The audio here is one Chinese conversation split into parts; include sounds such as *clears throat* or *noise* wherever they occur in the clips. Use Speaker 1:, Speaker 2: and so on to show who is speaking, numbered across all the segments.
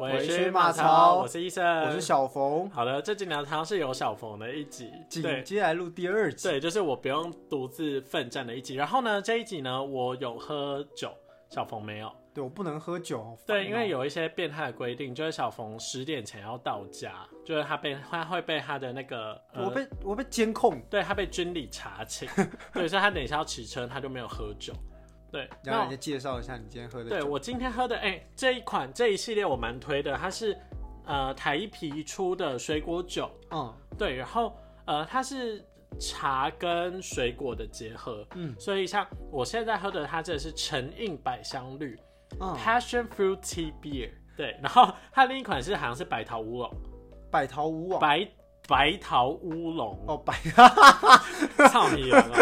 Speaker 1: 我
Speaker 2: 是
Speaker 1: 是
Speaker 2: 马
Speaker 1: 马
Speaker 2: 槽
Speaker 1: 槽，呃我是医生，
Speaker 2: 我是。小冯，
Speaker 1: 好的，这集聊堂是有小冯的一集，
Speaker 2: 紧
Speaker 1: 对
Speaker 2: 接来录第二集。
Speaker 1: 对，就是我不用独自奋战的一集。然后呢，这一集呢，我有喝酒，小冯没有。
Speaker 2: 对，我不能喝酒。好烦
Speaker 1: 对，
Speaker 2: 哦
Speaker 1: 因为有一些变态的规定，就是小冯十点前要到家，就是他被他会被他的那个呃哦
Speaker 2: 我被我被监控，
Speaker 1: 对他被军里
Speaker 2: *laughs*
Speaker 1: 查寝，对，所以他等一下要骑车，他就没有喝酒。对，
Speaker 2: 然
Speaker 1: 那
Speaker 2: 后
Speaker 1: 我
Speaker 2: 你再介绍一下你今天喝的
Speaker 1: 对
Speaker 2: 酒。
Speaker 1: 我今天喝的，哎、这一款这一系列我蛮推的，它是呃台一皮出的水果酒，
Speaker 2: 嗯，
Speaker 1: 对，然后呃它是茶跟水果的结合，嗯
Speaker 2: 嗯，
Speaker 1: 所以像我现在喝的，它这是陈印百香绿、
Speaker 2: 嗯，
Speaker 1: Passion Fruit Tea Beer，对，然后它另一款是好像是白桃乌龙，
Speaker 2: 百桃无网
Speaker 1: 白白桃乌龙，
Speaker 2: 哦，百
Speaker 1: 草泥人啊，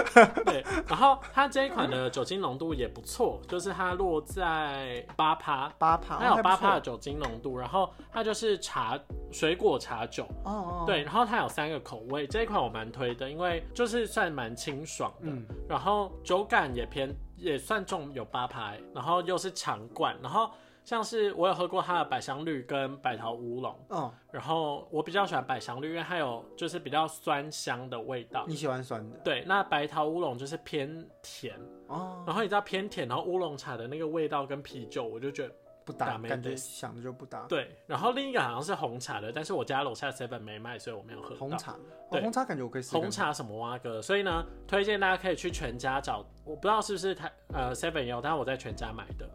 Speaker 1: 对，然后它这一款的酒精浓度也不错，就是它落在八趴，
Speaker 2: *laughs* 八哦趴，
Speaker 1: 它有八趴的
Speaker 2: 趴。
Speaker 1: 酒精浓度，然后它就是茶水果茶酒，
Speaker 2: 哦哦，
Speaker 1: 对，，然后它有三个口味，这一款我蛮推的，因为就是算蛮清爽的，
Speaker 2: 嗯，
Speaker 1: 然后酒感也偏也算重，有八趴，然后又是长罐，然后像是我有喝过它的百香绿跟百桃乌龙。
Speaker 2: 哦，
Speaker 1: 然后我比较喜欢百香绿，因为它有就是比较酸香的味道。
Speaker 2: 你喜欢酸的
Speaker 1: 对，那白桃乌龙就是偏甜，
Speaker 2: 哦，
Speaker 1: 然后你知道偏甜，然后乌龙茶的那个味道跟啤酒，我就觉得
Speaker 2: 不
Speaker 1: 打
Speaker 2: 搭，
Speaker 1: 没
Speaker 2: 感觉
Speaker 1: 得
Speaker 2: 想着就不搭。
Speaker 1: 对。然后另一个好像是红茶的，但是我家楼下 seven 没卖，所以我没有喝到。
Speaker 2: 红茶，哦
Speaker 1: 对
Speaker 2: 红茶感觉我可以试。
Speaker 1: 红，茶什么蛙哥，所以呢，推荐大家可以去全家找，我不知道是不是台呃 seven 有，但我在全家买的，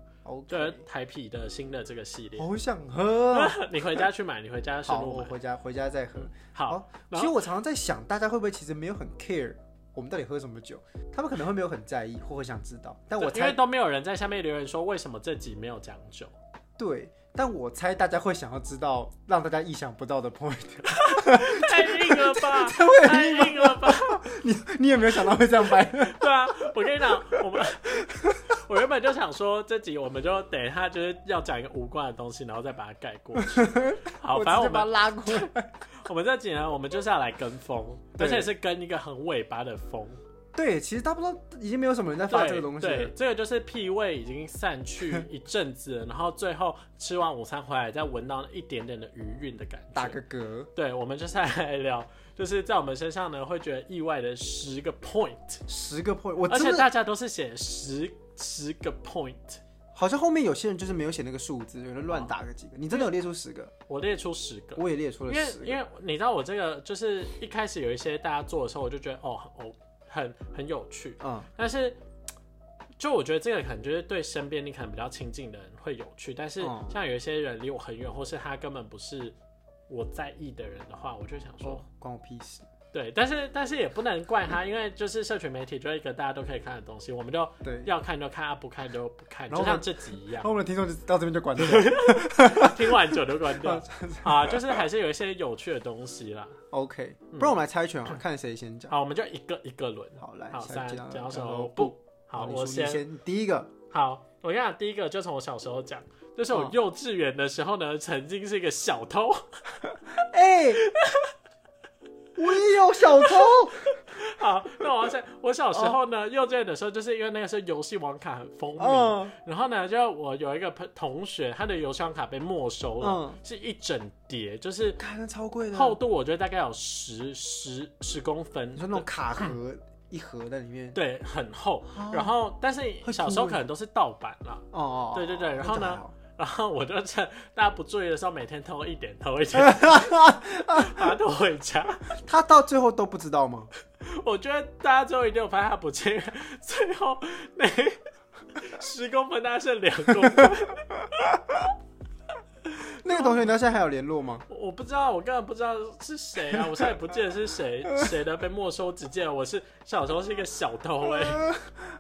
Speaker 1: 就是
Speaker 2: ，OK，
Speaker 1: 台啤的新的这个系列。
Speaker 2: 好想喝
Speaker 1: *laughs*
Speaker 2: 啊。
Speaker 1: 你回家去买，你回家顺
Speaker 2: 好，
Speaker 1: 路
Speaker 2: 我
Speaker 1: 买。
Speaker 2: 回家回家再喝。
Speaker 1: 好，
Speaker 2: 好
Speaker 1: 然后
Speaker 2: 其实我常常在想，大家会不会其实没有很 care 我们到底喝什么酒？他们可能会没有很在意，或会想知道。但我
Speaker 1: 对因为
Speaker 2: 猜
Speaker 1: 都没有人在下面留言说为什么这集没有讲
Speaker 2: *laughs*
Speaker 1: 酒。
Speaker 2: 对，但我猜大家会想要知道让大家意想不到的 point。
Speaker 1: 太硬了吧！
Speaker 2: 会
Speaker 1: 太硬了吧！
Speaker 2: 你你也没有想到会这样掰？
Speaker 1: 对啊，我跟你讲，我们 *laughs* 我原本就想说这集我们就等一下就是要讲一个无关的东西，然后再把它盖过
Speaker 2: *laughs*
Speaker 1: 去。 *laughs* 好，
Speaker 2: 我
Speaker 1: 反正
Speaker 2: 直接
Speaker 1: 我
Speaker 2: 把它
Speaker 1: 们
Speaker 2: 拉过
Speaker 1: *laughs*
Speaker 2: 来。
Speaker 1: 我们这集呢，我们就是要来跟风，
Speaker 2: 对
Speaker 1: 而且是跟一个很尾巴的风。
Speaker 2: 对，其实差不多已经没有什么人在发这个东西
Speaker 1: 对，
Speaker 2: 了
Speaker 1: 对。这个就是屁味已经散去一阵子了，然后最后吃完午餐回来再闻到一点点的余韵的感
Speaker 2: 打
Speaker 1: 觉。
Speaker 2: 个嗝，
Speaker 1: 对，我们就是来聊， *laughs* 就是在我们身上呢会觉得意外的十个 point。
Speaker 2: 十个 point，我
Speaker 1: 而
Speaker 2: 啊真
Speaker 1: 且
Speaker 2: 的
Speaker 1: 大家都是写十十个 point，
Speaker 2: 好像后面有些人就是没有写那个数字，有人乱打个几个。你真的有列出十个，
Speaker 1: 我列出十个，
Speaker 2: 我也列出
Speaker 1: 因
Speaker 2: 了
Speaker 1: 为
Speaker 2: 十
Speaker 1: 因
Speaker 2: 个。
Speaker 1: 为你知道我这个就是一开始有一些大家做的时候，我就觉得哦哦很很有趣，
Speaker 2: 嗯，
Speaker 1: 但是就我觉得这个可能就是对身边你可能比较亲近的人会有趣，但是
Speaker 2: 嗯
Speaker 1: 像有一些人离我很远，或是他根本不是我在意的人的话，我就想说。
Speaker 2: 哦，关我屁事。
Speaker 1: 对，但是但是也不能怪他，因为就是社群媒体就是一个大家都可以看的东西，我们就
Speaker 2: 对，
Speaker 1: 要看就看，啊不看就不看，
Speaker 2: 然
Speaker 1: 就
Speaker 2: 后
Speaker 1: 像这集一样
Speaker 2: 然。后我们的听众就到这边就关掉。
Speaker 1: 听完酒就关
Speaker 2: *laughs*
Speaker 1: 掉啊，就是还是有一些有趣的东西啦。
Speaker 2: OK，不
Speaker 1: 嗯
Speaker 2: 然我们来猜
Speaker 1: *clears throat*
Speaker 2: 拳啊，看谁先讲。
Speaker 1: 好，我们就一个一个轮。
Speaker 2: 好，来，
Speaker 1: 好，
Speaker 2: 下
Speaker 1: 三
Speaker 2: 一集
Speaker 1: 讲
Speaker 2: 讲
Speaker 1: 手
Speaker 2: 到
Speaker 1: 不。好，
Speaker 2: 你说
Speaker 1: 我
Speaker 2: 你
Speaker 1: 先。
Speaker 2: 先第一个，
Speaker 1: 好，我跟你讲，第一个就从我小时候讲，就是我
Speaker 2: 嗯
Speaker 1: 幼稚园的时候呢，曾经是一个小偷。 *laughs*
Speaker 2: 哎，我也有小
Speaker 1: *laughs*
Speaker 2: 偷，
Speaker 1: 好，那我要先，我小时候呢，幼稚园的时候，就是因为那个时候游戏网卡很风靡，
Speaker 2: 嗯
Speaker 1: 然后呢，就我有一个朋同学，他的游戏网卡被没收了
Speaker 2: 嗯，
Speaker 1: 是一整叠，就是
Speaker 2: 看那超贵的，
Speaker 1: 厚度我觉得大概有十十十公分
Speaker 2: 你，说那种卡盒一盒在里面，
Speaker 1: 对，很厚。
Speaker 2: 哦
Speaker 1: 然后，但是
Speaker 2: 会
Speaker 1: 小时候
Speaker 2: 哭
Speaker 1: 可能都是盗版啦。
Speaker 2: 哦，
Speaker 1: 对对对然
Speaker 2: 那
Speaker 1: 后
Speaker 2: 就
Speaker 1: 呢
Speaker 2: 还好？
Speaker 1: 然后我就趁大家不注意的时候，每天偷一点，偷一点，
Speaker 2: *laughs*
Speaker 1: 把它偷回家。
Speaker 2: 他到最后都不知道
Speaker 1: *laughs*
Speaker 2: 吗？
Speaker 1: 我觉得大家最后一定有发现它不见，因为最后
Speaker 2: *laughs*
Speaker 1: 那十公分大概剩两公分。
Speaker 2: 那个同学，你到现在还有联络吗？
Speaker 1: 我不知道，我根本不知道是谁啊！我现在也不记得是谁谁的被没收只见我是小时候是一个小偷哎、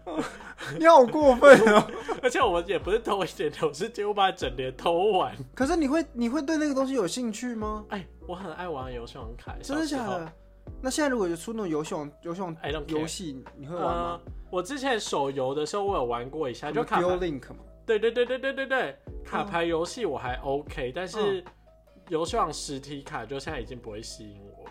Speaker 2: *laughs* 你好过分哦！
Speaker 1: *laughs* 而且我也不是偷一点，我是几乎把整叠偷完。
Speaker 2: 可是你会你会对那个东西有兴趣吗？
Speaker 1: 哎，我很爱玩游戏王卡，
Speaker 2: 真的
Speaker 1: 小
Speaker 2: 假
Speaker 1: 时候
Speaker 2: 的？那现在如果有出那种游戏王游戏王
Speaker 1: ？I don't care
Speaker 2: 游戏，你会玩吗？
Speaker 1: 呃我之前手游的时候，我有玩过一
Speaker 2: 什
Speaker 1: 下，呃就
Speaker 2: 么
Speaker 1: 卡
Speaker 2: 丢
Speaker 1: 牌，
Speaker 2: link 吗？
Speaker 1: 对对对对对对对，卡牌游戏我还 OK，但是游戏王实体卡就现在已经不会吸引我。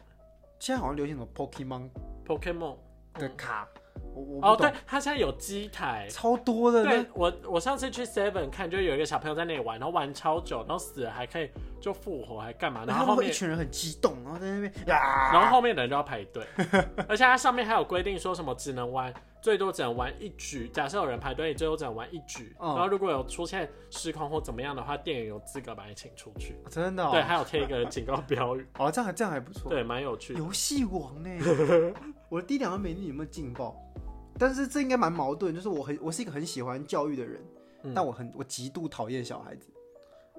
Speaker 2: 现在好像流行什么 Pokemon
Speaker 1: Pokemon
Speaker 2: 的卡，我我
Speaker 1: 嗯哦，
Speaker 2: 不
Speaker 1: 对
Speaker 2: 懂，，
Speaker 1: 它现在有机台。
Speaker 2: 超多的
Speaker 1: 对
Speaker 2: 呢，
Speaker 1: 我，我上次去 Seven 看，就有一个小朋友在那里玩，然后玩超久，然后死了还可以就复活，还干嘛？然
Speaker 2: 然
Speaker 1: 后
Speaker 2: 后
Speaker 1: 后
Speaker 2: 他们会
Speaker 1: 面
Speaker 2: 一群人很激动，然后在那边啊呀，
Speaker 1: 然后后面的人就要排队，而且它上面还有规定说什么只能玩，最多只能玩一局。假设有人排队，你最多只能玩一局。
Speaker 2: 嗯
Speaker 1: 然后如果有出现失控或怎么样的话，店员有资格把你请出去。
Speaker 2: 真的、哦，
Speaker 1: 对，还有贴一个警告
Speaker 2: *laughs*
Speaker 1: 标语，
Speaker 2: 哦，这样还这样还不错，
Speaker 1: 对，蛮有趣的。
Speaker 2: 游戏王
Speaker 1: *laughs*
Speaker 2: 呢，我的第一两个美女有没有劲爆？但是这应该蛮矛盾，就是我很我是一个很喜欢教育的人，
Speaker 1: 嗯
Speaker 2: 但我很我极度讨厌小孩子，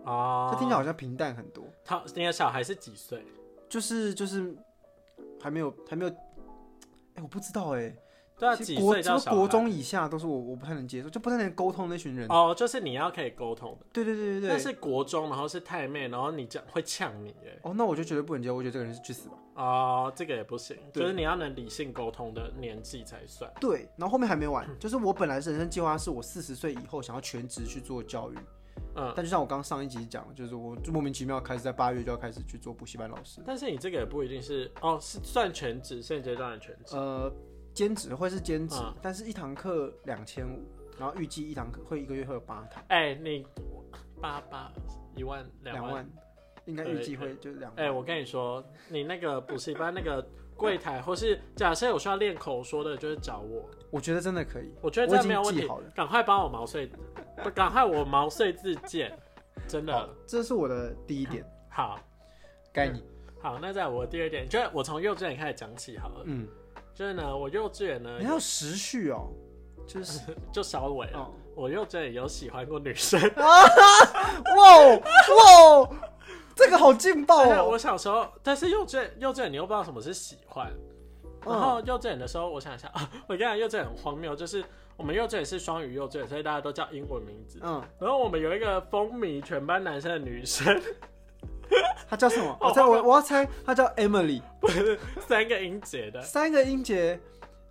Speaker 1: 哦
Speaker 2: 这，听起来好像平淡很多，
Speaker 1: 他你的小孩是几岁？
Speaker 2: 就是就是还没有还没有，哎、我不知道哎、
Speaker 1: 对啊，
Speaker 2: 其
Speaker 1: 几
Speaker 2: 实国
Speaker 1: 岁
Speaker 2: 就
Speaker 1: 叫
Speaker 2: 是
Speaker 1: 小
Speaker 2: 国
Speaker 1: 孩？
Speaker 2: 中以下都是我我不太能接受，就不太能沟通那群人。
Speaker 1: 哦，就是你要可以沟通的。
Speaker 2: 对对对对
Speaker 1: 但
Speaker 2: 对。
Speaker 1: 是国中，然后是太妹，然后你讲会呛你耶。
Speaker 2: 哦，那我就绝对不能接受，我觉得这个人是去死吧。
Speaker 1: 哦，这个也不行，
Speaker 2: 对
Speaker 1: 就是你要能理性沟通的年纪才算。
Speaker 2: 对，然后后面还没完，就是我本来人生计划是我四十岁以后想要全职去做教育，
Speaker 1: 嗯，
Speaker 2: 但就像我刚上一集讲的，就是我就莫名其妙开始在八月就要开始去做补习班老师，
Speaker 1: 但是你这个也不一定是哦，是算全职，现阶段的全职。
Speaker 2: 呃，兼职会是兼职，
Speaker 1: 嗯
Speaker 2: 但是一堂课两千五，然后预计一堂课会一个月会有八堂，
Speaker 1: 哎、你八八一万两
Speaker 2: 两
Speaker 1: 万。
Speaker 2: 万，应该
Speaker 1: 可
Speaker 2: 预
Speaker 1: 以
Speaker 2: 计
Speaker 1: 可以
Speaker 2: 会就是两
Speaker 1: 哎、
Speaker 2: 万。
Speaker 1: 我跟你说，你那个补习班那个柜台，或是假设有需要练口说的，就是找我。
Speaker 2: 我觉得真的可以，
Speaker 1: 我觉得
Speaker 2: 我已
Speaker 1: 这
Speaker 2: 经
Speaker 1: 没有问
Speaker 2: 记
Speaker 1: 题
Speaker 2: 好了，
Speaker 1: 赶快帮我毛遂，不赶快我毛遂自荐， *laughs* 真的
Speaker 2: 哦这是我的第一 *laughs* 点，
Speaker 1: 好
Speaker 2: 该你，
Speaker 1: 好。那在我第二点，就是我从幼稚园开始讲起好了。
Speaker 2: 嗯，
Speaker 1: 就是呢，我幼稚园呢
Speaker 2: 你还有时序哦， *laughs* 就是
Speaker 1: 就稍微了，
Speaker 2: 嗯哦，
Speaker 1: 我幼稚园有喜欢过女生。
Speaker 2: 哇哇，这个好劲爆
Speaker 1: *laughs* 但是
Speaker 2: 哦
Speaker 1: 我，小时候，但是幼稚园幼稚园你又不知道什么是喜欢。
Speaker 2: 嗯
Speaker 1: 然后幼稚园的时候，我想一下， *laughs* 啊、我跟你讲幼稚园很荒谬，就是我们幼稚园是双语幼稚园，所以大家都叫英文名字。
Speaker 2: 嗯，
Speaker 1: 然后我们有一个风靡全班男生的女生， *laughs*
Speaker 2: 他叫什么？
Speaker 1: 哦呃
Speaker 2: 我猜我我要猜，他叫 Emily，
Speaker 1: 三个音节的，
Speaker 2: 三个音节，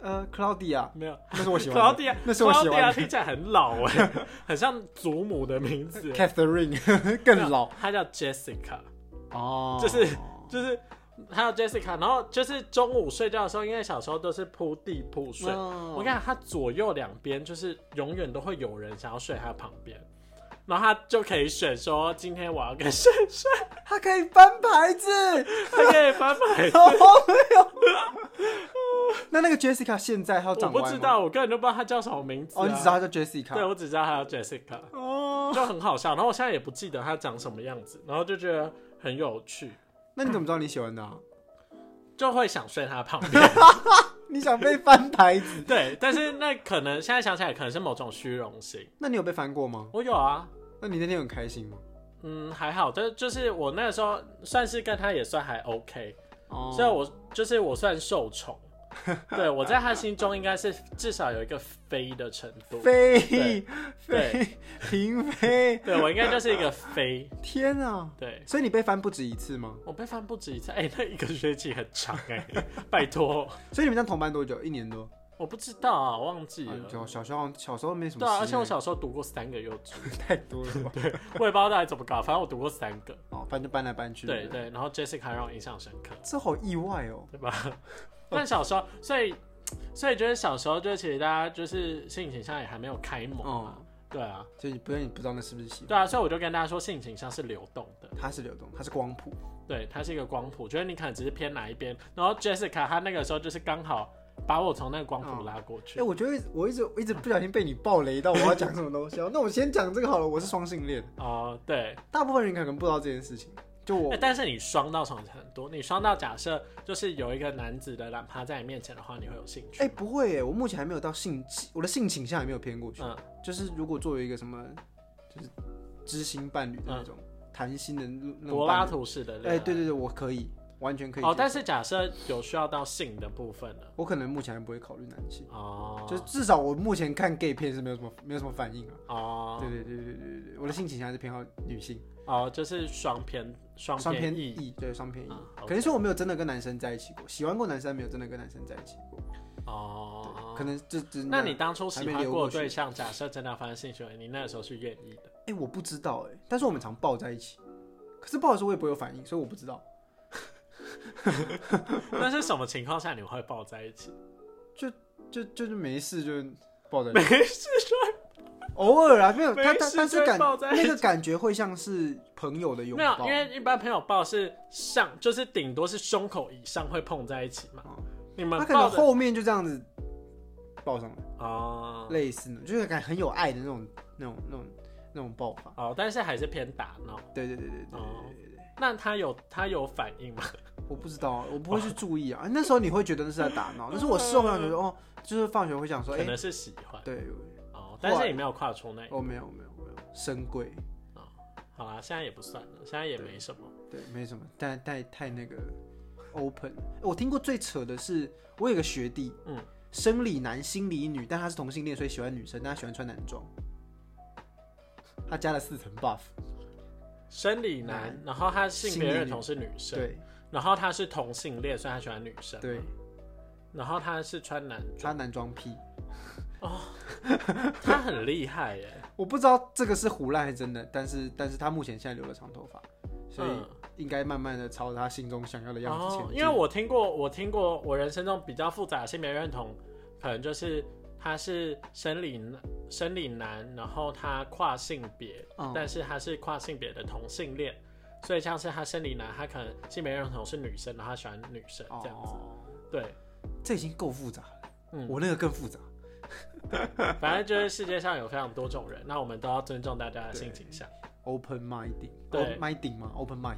Speaker 2: 呃，Claudia，
Speaker 1: 没有。
Speaker 2: 那是我喜欢的。
Speaker 1: Claudia，
Speaker 2: 那是我喜
Speaker 1: Claudia
Speaker 2: 欢的
Speaker 1: 听起来很老哎、
Speaker 2: *laughs*
Speaker 1: 很像祖母的名字。
Speaker 2: Catherine *laughs* 更老
Speaker 1: 她叫 Jessica，
Speaker 2: 哦
Speaker 1: 就是就是她叫 Jessica，然后就是中午睡觉的时候，因为小时候都是铺地铺睡，
Speaker 2: 嗯
Speaker 1: 我看它左右两边就是永远都会有人想要睡它旁边，然后它就可以选说今天我要跟谁睡，
Speaker 2: 他可以翻牌子，
Speaker 1: 它可以翻牌。
Speaker 2: 好荒谬。那那个 Jessica 现在她有 *laughs*
Speaker 1: 我
Speaker 2: 长
Speaker 1: 不
Speaker 2: 歪吗
Speaker 1: 知道，我根本就不知道它叫什么名字、啊。
Speaker 2: 哦，你只知道她叫
Speaker 1: 对，
Speaker 2: Jessica
Speaker 1: 我只知道它叫 Jessica，
Speaker 2: 哦。
Speaker 1: 就很好笑。然后我现在也不记得它长什么样子，然后就觉得很有趣，
Speaker 2: 那你怎么知道你喜欢的啊？
Speaker 1: 就会想睡它旁边。
Speaker 2: 你想被翻牌子？
Speaker 1: 对，但是那可能现在想起来可能是某种虚荣心。
Speaker 2: 那你有被翻过吗？
Speaker 1: 我有啊，
Speaker 2: 那你那天很开心吗？
Speaker 1: 嗯，还好，但是就是我那个时候算是跟他也算还 OK。
Speaker 2: 哦，
Speaker 1: 所以我就是我算受宠，对我在他心中应该是至少有一个飞的程度，
Speaker 2: 飞
Speaker 1: 对
Speaker 2: 飞嫔妃，
Speaker 1: 对我应该就是一个飞，
Speaker 2: 天啊！
Speaker 1: 对
Speaker 2: 所以你被翻不止一次吗？
Speaker 1: 我被翻不止一次，哎、那一个学期很长哎、 *laughs* 拜托，
Speaker 2: 所以你们这样同班多久？一年多？
Speaker 1: 我不知道啊，忘记
Speaker 2: 啊
Speaker 1: 了。
Speaker 2: 就小时候小时候没什么
Speaker 1: 对
Speaker 2: 事欸。
Speaker 1: 啊，而且我小时候读过三个幼稚，
Speaker 2: *laughs* 太多了
Speaker 1: *laughs*
Speaker 2: 吧？
Speaker 1: 我也不知道到底怎么搞，反正我读过三个。
Speaker 2: 哦，反正就搬来搬去。
Speaker 1: 对，对，然后 Jessica 让我印象深刻，
Speaker 2: 这好意外哦。
Speaker 1: 对吧？但小时候，所以所以就是小时候，就其实大家就是性情上也还没有开蒙嘛，
Speaker 2: 嗯，
Speaker 1: 对啊，
Speaker 2: 所以你不然你不知道那是不是喜欢，
Speaker 1: 对啊，所以我就跟大家说，性情上是流动的。
Speaker 2: 它是流动，它是光谱。
Speaker 1: 对，它是一个光谱，就是你可能只是偏哪一边。然后 Jessica 她那个时候就是刚好把我从那个光谱拉过去。
Speaker 2: 哎，我觉得我一直我一直不小心被你暴雷到我要讲什么东西哦。
Speaker 1: *laughs*
Speaker 2: 那我先讲这个好了，我是双性恋，
Speaker 1: 哦、对、
Speaker 2: 大部分人可能不知道这件事情。就我
Speaker 1: *laughs* 哎但是你双到什么程度？你双到假设就是有一个男子的懒趴在你面前的话，你会有兴趣？
Speaker 2: 哎不会哎，我目前还没有到性我的性倾向还没有偏过去。
Speaker 1: 嗯，
Speaker 2: 就是如果作为一个什么就是知心伴侣的那种谈心的那那种
Speaker 1: 嗯柏拉
Speaker 2: 伴侣
Speaker 1: 图式的恋爱。
Speaker 2: 哎，对对对，我可以，完全可以接受。
Speaker 1: 哦，但是假设有需要到性的部分呢？
Speaker 2: 我可能目前还不会考虑男性，
Speaker 1: 哦，
Speaker 2: 就至少我目前看 gay 片是没有什么没有什么反应啊。
Speaker 1: 哦
Speaker 2: 对对对对对对，我的性倾向还是偏好女性，
Speaker 1: 哦，就是双偏双
Speaker 2: 双偏
Speaker 1: 偏异。
Speaker 2: 异，对双偏异
Speaker 1: 啊。，OK
Speaker 2: 可能说我没有真的跟男生在一起过，喜欢过男生，没有真的跟男生在一起过，
Speaker 1: 哦，
Speaker 2: 可能这只
Speaker 1: 那你当初喜
Speaker 2: 还没
Speaker 1: 欢
Speaker 2: 流
Speaker 1: 过
Speaker 2: 过
Speaker 1: 的
Speaker 2: 去
Speaker 1: 对象，假设真的要发生性行为，你那个时候是愿意的？
Speaker 2: 哎，我不知道哎，但是我们常抱在一起，可是抱的时候我也不会有反应，所以我不知道， *laughs*
Speaker 1: 那是什么情况下你们会抱在一起？
Speaker 2: 就就是没事就抱在一起，
Speaker 1: 没事，
Speaker 2: 偶尔啊，没有
Speaker 1: 没
Speaker 2: 他他
Speaker 1: 事
Speaker 2: 但是
Speaker 1: 就
Speaker 2: 感
Speaker 1: 抱在一
Speaker 2: 那个感觉会像是朋友的拥
Speaker 1: 没有，
Speaker 2: 抱
Speaker 1: 因，为一般朋友抱是上，就是顶多是胸口以上会碰在一起嘛。
Speaker 2: 哦
Speaker 1: 你们
Speaker 2: 他可能
Speaker 1: 抱的
Speaker 2: 后面就这样子抱上来，
Speaker 1: 哦
Speaker 2: 类似呢，就是感觉很有爱的那种那种那种那种抱法，
Speaker 1: 哦，但是还是偏打闹。
Speaker 2: 对对对对对对
Speaker 1: 哦
Speaker 2: 对对对，
Speaker 1: 那他有他有反应吗？
Speaker 2: 我不知道，
Speaker 1: 哦
Speaker 2: 我不会去注意啊，那时候你会觉得那是在打闹，但是我事后想觉得哦，就是放学会想说，
Speaker 1: 可
Speaker 2: 哎，
Speaker 1: 能是喜欢
Speaker 2: 对，哦
Speaker 1: 哦，但是你没有跨出那一步。
Speaker 2: 我没有没有没有，深贵，
Speaker 1: 好啦，现在也不算了，现在也没什么。
Speaker 2: 对，没什么，太太太那个 open。我听过最扯的是，我有个学弟，
Speaker 1: 嗯，
Speaker 2: 生理男、心理女，但他是同性恋，所以喜欢女生，但他喜欢穿男装。他加了四层 buff，
Speaker 1: 生理男，然后他性别认同是女生，
Speaker 2: 对
Speaker 1: 然后他是同性恋，所以他喜欢女生。
Speaker 2: 对，，
Speaker 1: 然后他是穿男装，
Speaker 2: 穿男装屁。
Speaker 1: 他很厉害耶。
Speaker 2: 我不知道这个是胡乱还是真的，但是但是他目前现在留了长头发， *laughs* 所以
Speaker 1: 嗯
Speaker 2: 应该慢慢的朝着他心中想要的样子前
Speaker 1: 哦，
Speaker 2: 进。
Speaker 1: 因为我听过，我听过我人生中比较复杂的性别认同，可能就是他是生理男生理男，然后他跨性别，
Speaker 2: 嗯
Speaker 1: 但是他是跨性别的同性恋，所以像是他生理男，他可能性别认同是女生，然后他喜欢女生这样子。
Speaker 2: 哦，
Speaker 1: 对，
Speaker 2: 这已经够复杂了，
Speaker 1: 嗯
Speaker 2: 我那个更复杂。
Speaker 1: *laughs* 反正就是世界上有非常多种人，那我们都要尊重大家的性倾向。
Speaker 2: open minded，
Speaker 1: 对
Speaker 2: minding 吗？open mind，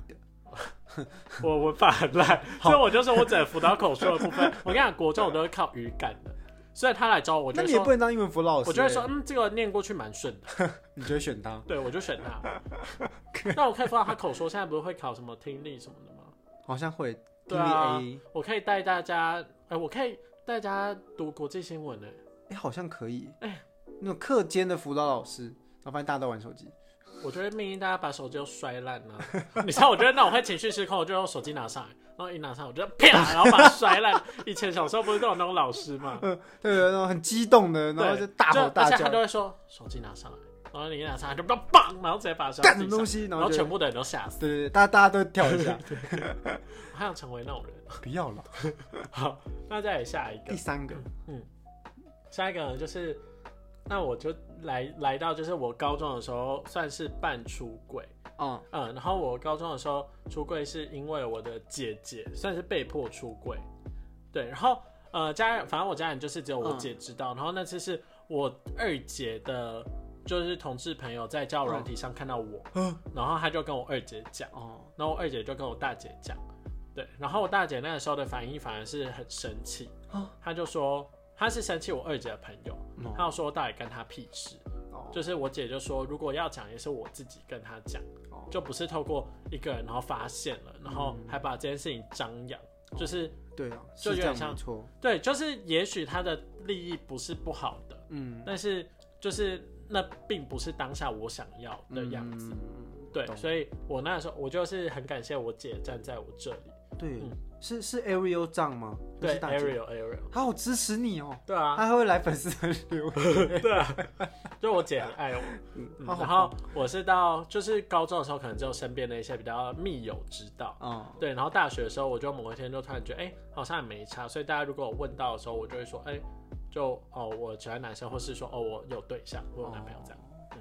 Speaker 1: 我文法很烂，所以我就说我只能辅导口述的部 *laughs* 分。我跟你讲，国中我都是靠语感的，所以他来找我，我就
Speaker 2: 那
Speaker 1: 会
Speaker 2: 你也
Speaker 1: 说
Speaker 2: 不，能当英文辅老师、
Speaker 1: 我就会说，，嗯，这个念过去蛮顺的，
Speaker 2: 你就会选他
Speaker 1: 对我就选 *laughs* 他。那我可以辅导他口说，现在不是会考什么听力什么的吗？
Speaker 2: 好像会 D
Speaker 1: 对啊
Speaker 2: A，
Speaker 1: 我可以带大家，哎、我可以带大家读国际新闻呢、欸
Speaker 2: 哎，好像可以，
Speaker 1: 哎
Speaker 2: 那种课间的辅导老师，然后发现大家都玩手机，
Speaker 1: 我就会命令大家把手机都摔烂了、 *laughs* 你知道，我觉得那我会情绪失控，我就用手机拿上来，然后一拿上来我就
Speaker 2: *laughs*
Speaker 1: 啪，然后把它摔烂。以前小时候不是都有那种老师吗？
Speaker 2: 对，那种很激动的，然后就大吼大
Speaker 1: 而且他
Speaker 2: 叫
Speaker 1: 就，会说手机拿上来，然后你一拿上来就棒，然后直接把手机
Speaker 2: 干什么东西，
Speaker 1: 西，然
Speaker 2: 然
Speaker 1: 后
Speaker 2: 后
Speaker 1: 全
Speaker 2: 就。
Speaker 1: 部的人都吓死。
Speaker 2: 对对对，大家大家都跳
Speaker 1: *laughs*
Speaker 2: 一下，
Speaker 1: 我还想成为那种人。
Speaker 2: 不要
Speaker 1: *laughs*
Speaker 2: 了。
Speaker 1: 好，那再来下一
Speaker 2: 第
Speaker 1: 个，
Speaker 2: 三个，
Speaker 1: 下一个呢就是，那我就来来到就是我高中的时候算是半出轨，
Speaker 2: 嗯，
Speaker 1: 嗯，然后我高中的时候出柜是因为我的姐姐算是被迫出柜，对，然后呃家人，反正我家人就是只有我姐知道，然后那次是我二姐的，就是同志朋友在交友软体上看到我，
Speaker 2: 嗯
Speaker 1: 然后他就跟我二姐讲，
Speaker 2: 哦，
Speaker 1: 然后我二姐就跟我大姐讲，对，然后我大姐那个时候的反应反而是很生气
Speaker 2: 啊，
Speaker 1: 她就说她是生气我二姐的朋友，
Speaker 2: 嗯
Speaker 1: 她就说到底干她屁事，
Speaker 2: 哦
Speaker 1: 就是我姐就说如果要讲也是我自己跟她讲。
Speaker 2: 哦
Speaker 1: 就不是透过一个人然后发现了，然后
Speaker 2: 嗯
Speaker 1: 还把这件事情张扬，就是
Speaker 2: 对啊，
Speaker 1: 就是有
Speaker 2: 这
Speaker 1: 点
Speaker 2: 样
Speaker 1: 像
Speaker 2: 没错。
Speaker 1: 对，就是也许他的利益不是不好的，
Speaker 2: 嗯，
Speaker 1: 但是就是那并不是当下我想要的样子。
Speaker 2: 嗯，嗯
Speaker 1: 对，
Speaker 2: 懂
Speaker 1: 所以我那时候我就是很感谢我姐站在我这里，
Speaker 2: 对
Speaker 1: 嗯，
Speaker 2: 是是 Ariel 账吗？不
Speaker 1: 对
Speaker 2: 是大姐
Speaker 1: ，Ariel Ariel，
Speaker 2: 他好支持你哦，
Speaker 1: 对啊，
Speaker 2: 他还会来粉丝 *laughs* 团留言，
Speaker 1: 对啊，就我姐很爱我。嗯
Speaker 2: 他好
Speaker 1: 然后我是到就是高中的时候，可能只有身边的一些比较密友知道，
Speaker 2: 啊，
Speaker 1: 对，然后大学的时候，我就某一天就突然觉得，哎、好像也没差。所以大家如果有问到的时候，我就会说，哎、就哦，我喜欢男生，或是说哦，我有对象，我有男朋友这
Speaker 2: 哦
Speaker 1: 样。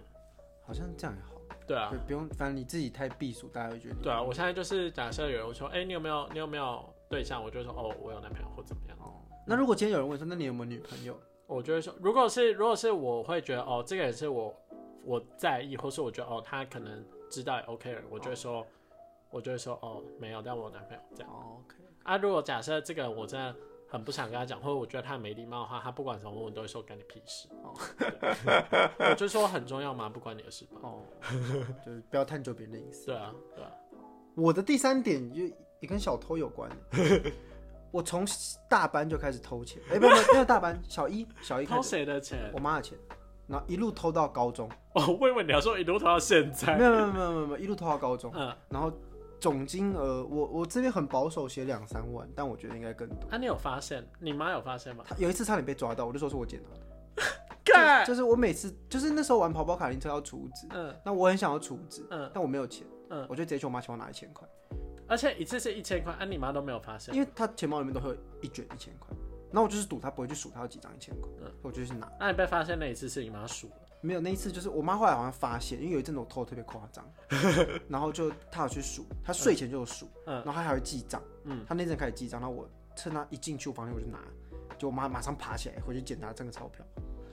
Speaker 2: 好像这样也好，
Speaker 1: 对啊
Speaker 2: 对，，不用，反正你自己太避暑，大家会觉得你
Speaker 1: 对啊。我现在就是假设有人说，哎、你有没有你有没有对象？我就说，哦，我有男朋友或怎么样。
Speaker 2: 哦。那如果今天有人问说，那你有没有女朋友？
Speaker 1: 我就会说，如果是如果是我会觉得，哦，这个人是我我在意，或是我觉得哦，他可能知道也 OK 的人，我就会说，我就会说，哦，没有，但我有男朋友这样。
Speaker 2: 哦，OK，
Speaker 1: 啊，如果假设这个我真的很不想跟他讲，或者我觉得他没礼貌的话，他不管怎么问，我都会说干你屁事。
Speaker 2: 哦
Speaker 1: *laughs* 对我就说很重要吗？不关你的事吧。
Speaker 2: 哦， *laughs* 就是不要探究别人的隐私。
Speaker 1: 对啊，对啊，
Speaker 2: 我的第三点就也跟小偷有关。
Speaker 1: *laughs*
Speaker 2: 我从大班就开始偷钱，哎，不不，没有大班，小一小一开
Speaker 1: 偷
Speaker 2: 始，
Speaker 1: 谁的钱？
Speaker 2: 我妈的钱，然后一路偷到高
Speaker 1: *laughs*
Speaker 2: 中，
Speaker 1: 哦，我以为你要说一路偷到现在
Speaker 2: 没。有没有没有没有没有，一路偷到高中。
Speaker 1: 哎嗯，
Speaker 2: 然后总金额，我我这边很保守写两三万，但我觉得应该更多。
Speaker 1: 啊，你有发现？你妈有发现吗？
Speaker 2: 他有一次差点被抓到，我就说是我捡到的。
Speaker 1: 干，
Speaker 2: 就是我每次就是那时候玩跑跑卡丁车要储值，
Speaker 1: 嗯
Speaker 2: 那我很想要储值，
Speaker 1: 嗯
Speaker 2: 但我没有钱，
Speaker 1: 嗯，
Speaker 2: 我就直接去我妈钱包拿一千块，
Speaker 1: 而且一次是一千块，啊，你妈都没有发现。
Speaker 2: 因为她钱包里面都会有一卷一千块，然后我就是赌他不会去数他有几张一千块，
Speaker 1: 嗯
Speaker 2: 我就去拿。
Speaker 1: 啊那你被发现那一次是你妈数了，
Speaker 2: 没有那一次就是我妈后来好像发现，因为有一阵子我偷的特别夸
Speaker 1: *laughs*
Speaker 2: 张，然后就她有去数，她睡前就有数，
Speaker 1: 嗯
Speaker 2: 然后她还会记账，
Speaker 1: 嗯
Speaker 2: 她那阵开始记账，然后我趁她一进去我房间我就拿，就我妈马上爬起来回去捡她这个钞票，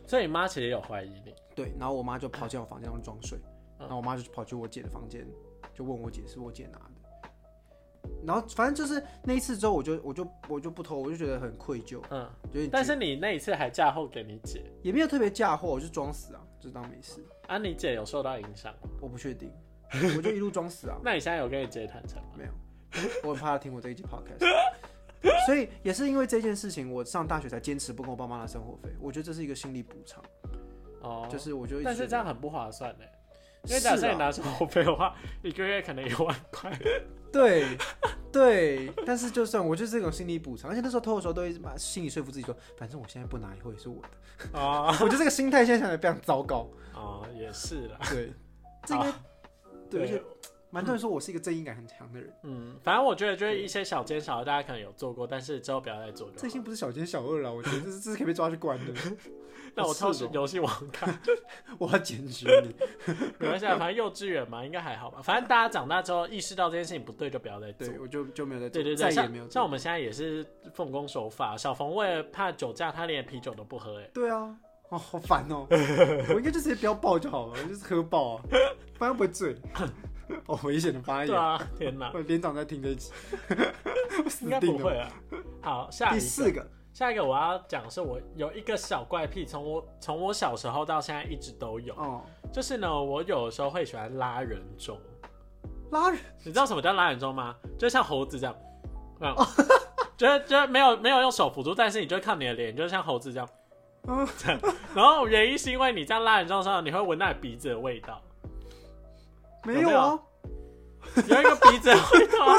Speaker 1: 所以你妈其实有怀疑你，
Speaker 2: 对，然后我妈就跑进我房间然后装睡，
Speaker 1: 嗯
Speaker 2: 然后我妈就跑去我姐的房间，就问我姐是不是我姐拿的，然后反正就是那一次之后我就我就我就不偷，我就觉得很愧疚，
Speaker 1: 嗯，
Speaker 2: 有点
Speaker 1: 但是你那一次还嫁祸给你姐，
Speaker 2: 也没有特别嫁祸，我就装死啊，就当没事，
Speaker 1: 啊，你姐有受到影响吗？
Speaker 2: 我不确定，我就一路装死啊。
Speaker 1: 那你现在有跟你姐坦诚吗？
Speaker 2: 没有，我很怕他听我这一集 podcast。所以也是因为这件事情，我上大学才坚持不跟我爸妈拿生活费。我觉得这是一个心理补偿，
Speaker 1: 哦，
Speaker 2: 就是我就一直
Speaker 1: 但是
Speaker 2: 觉
Speaker 1: 这
Speaker 2: 得啊
Speaker 1: 样很不划算呢，因为假设你拿生活费的话， *laughs* 一个月可能一万块，
Speaker 2: 对对，但是就算我就是这种心理补偿，而且那时候偷的时候都一直把心理说服自己说，反正我现在不拿以后也是
Speaker 1: *laughs*
Speaker 2: 我的。
Speaker 1: 哦
Speaker 2: 我觉得这个心态现在想来非常糟糕。
Speaker 1: 哦，也是啦， *laughs*
Speaker 2: 对，这应该对，而且
Speaker 1: 啊对，
Speaker 2: 蛮多人说我是一个正义感很强的人，
Speaker 1: 嗯，反正我觉得就是一些小奸小恶，大家可能有做过，但是之后不要再做就
Speaker 2: 这已
Speaker 1: 好。
Speaker 2: 经不是小奸小恶了，我觉得
Speaker 1: *laughs*
Speaker 2: 这是这是可以被抓去关的。
Speaker 1: 那我
Speaker 2: 超
Speaker 1: 超游戏网看， *laughs*
Speaker 2: 我要检举你。
Speaker 1: 没关系啊，反正幼稚园嘛，应该还好吧。反正大家长大之后意识到这件事情不对，就不要再做。
Speaker 2: 对，我就就没有再
Speaker 1: 对对
Speaker 2: 再
Speaker 1: 对，
Speaker 2: 也没有
Speaker 1: 像像
Speaker 2: 做
Speaker 1: 我们现在也是奉公守法。小冯为了怕酒驾，他连啤酒都不喝、欸，
Speaker 2: 对啊，哦，好烦
Speaker 1: *laughs*
Speaker 2: 哦！我应该就直接不要爆就好了，就是喝爆啊，不然不会
Speaker 1: *laughs*
Speaker 2: 醉。好危险的发
Speaker 1: 哎，
Speaker 2: 言
Speaker 1: 对，啊，
Speaker 2: *laughs*
Speaker 1: 天哪，
Speaker 2: 我连长在听这一
Speaker 1: *laughs*
Speaker 2: 集，我死
Speaker 1: 应该不
Speaker 2: 定
Speaker 1: 会
Speaker 2: 了。
Speaker 1: 啊。好，下
Speaker 2: 第
Speaker 1: 一
Speaker 2: 四
Speaker 1: 个，
Speaker 2: 个，
Speaker 1: 下一个我要讲的是我有一个小怪癖，从我从我小时候到现在一直都有，
Speaker 2: 哦，
Speaker 1: 就是呢，我有的时候会喜欢拉人中。
Speaker 2: 拉人，
Speaker 1: 你知道什么叫拉人中吗？就像猴子这样，嗯， *laughs* 就是就是没有没有用手辅助，但是你就会看你的脸，就像猴子这样，
Speaker 2: 嗯
Speaker 1: 这样。然后原因是因为你这样拉人中的时候，你会闻到你鼻子的味道，
Speaker 2: 没有啊，
Speaker 1: 有一个鼻子的味道啊。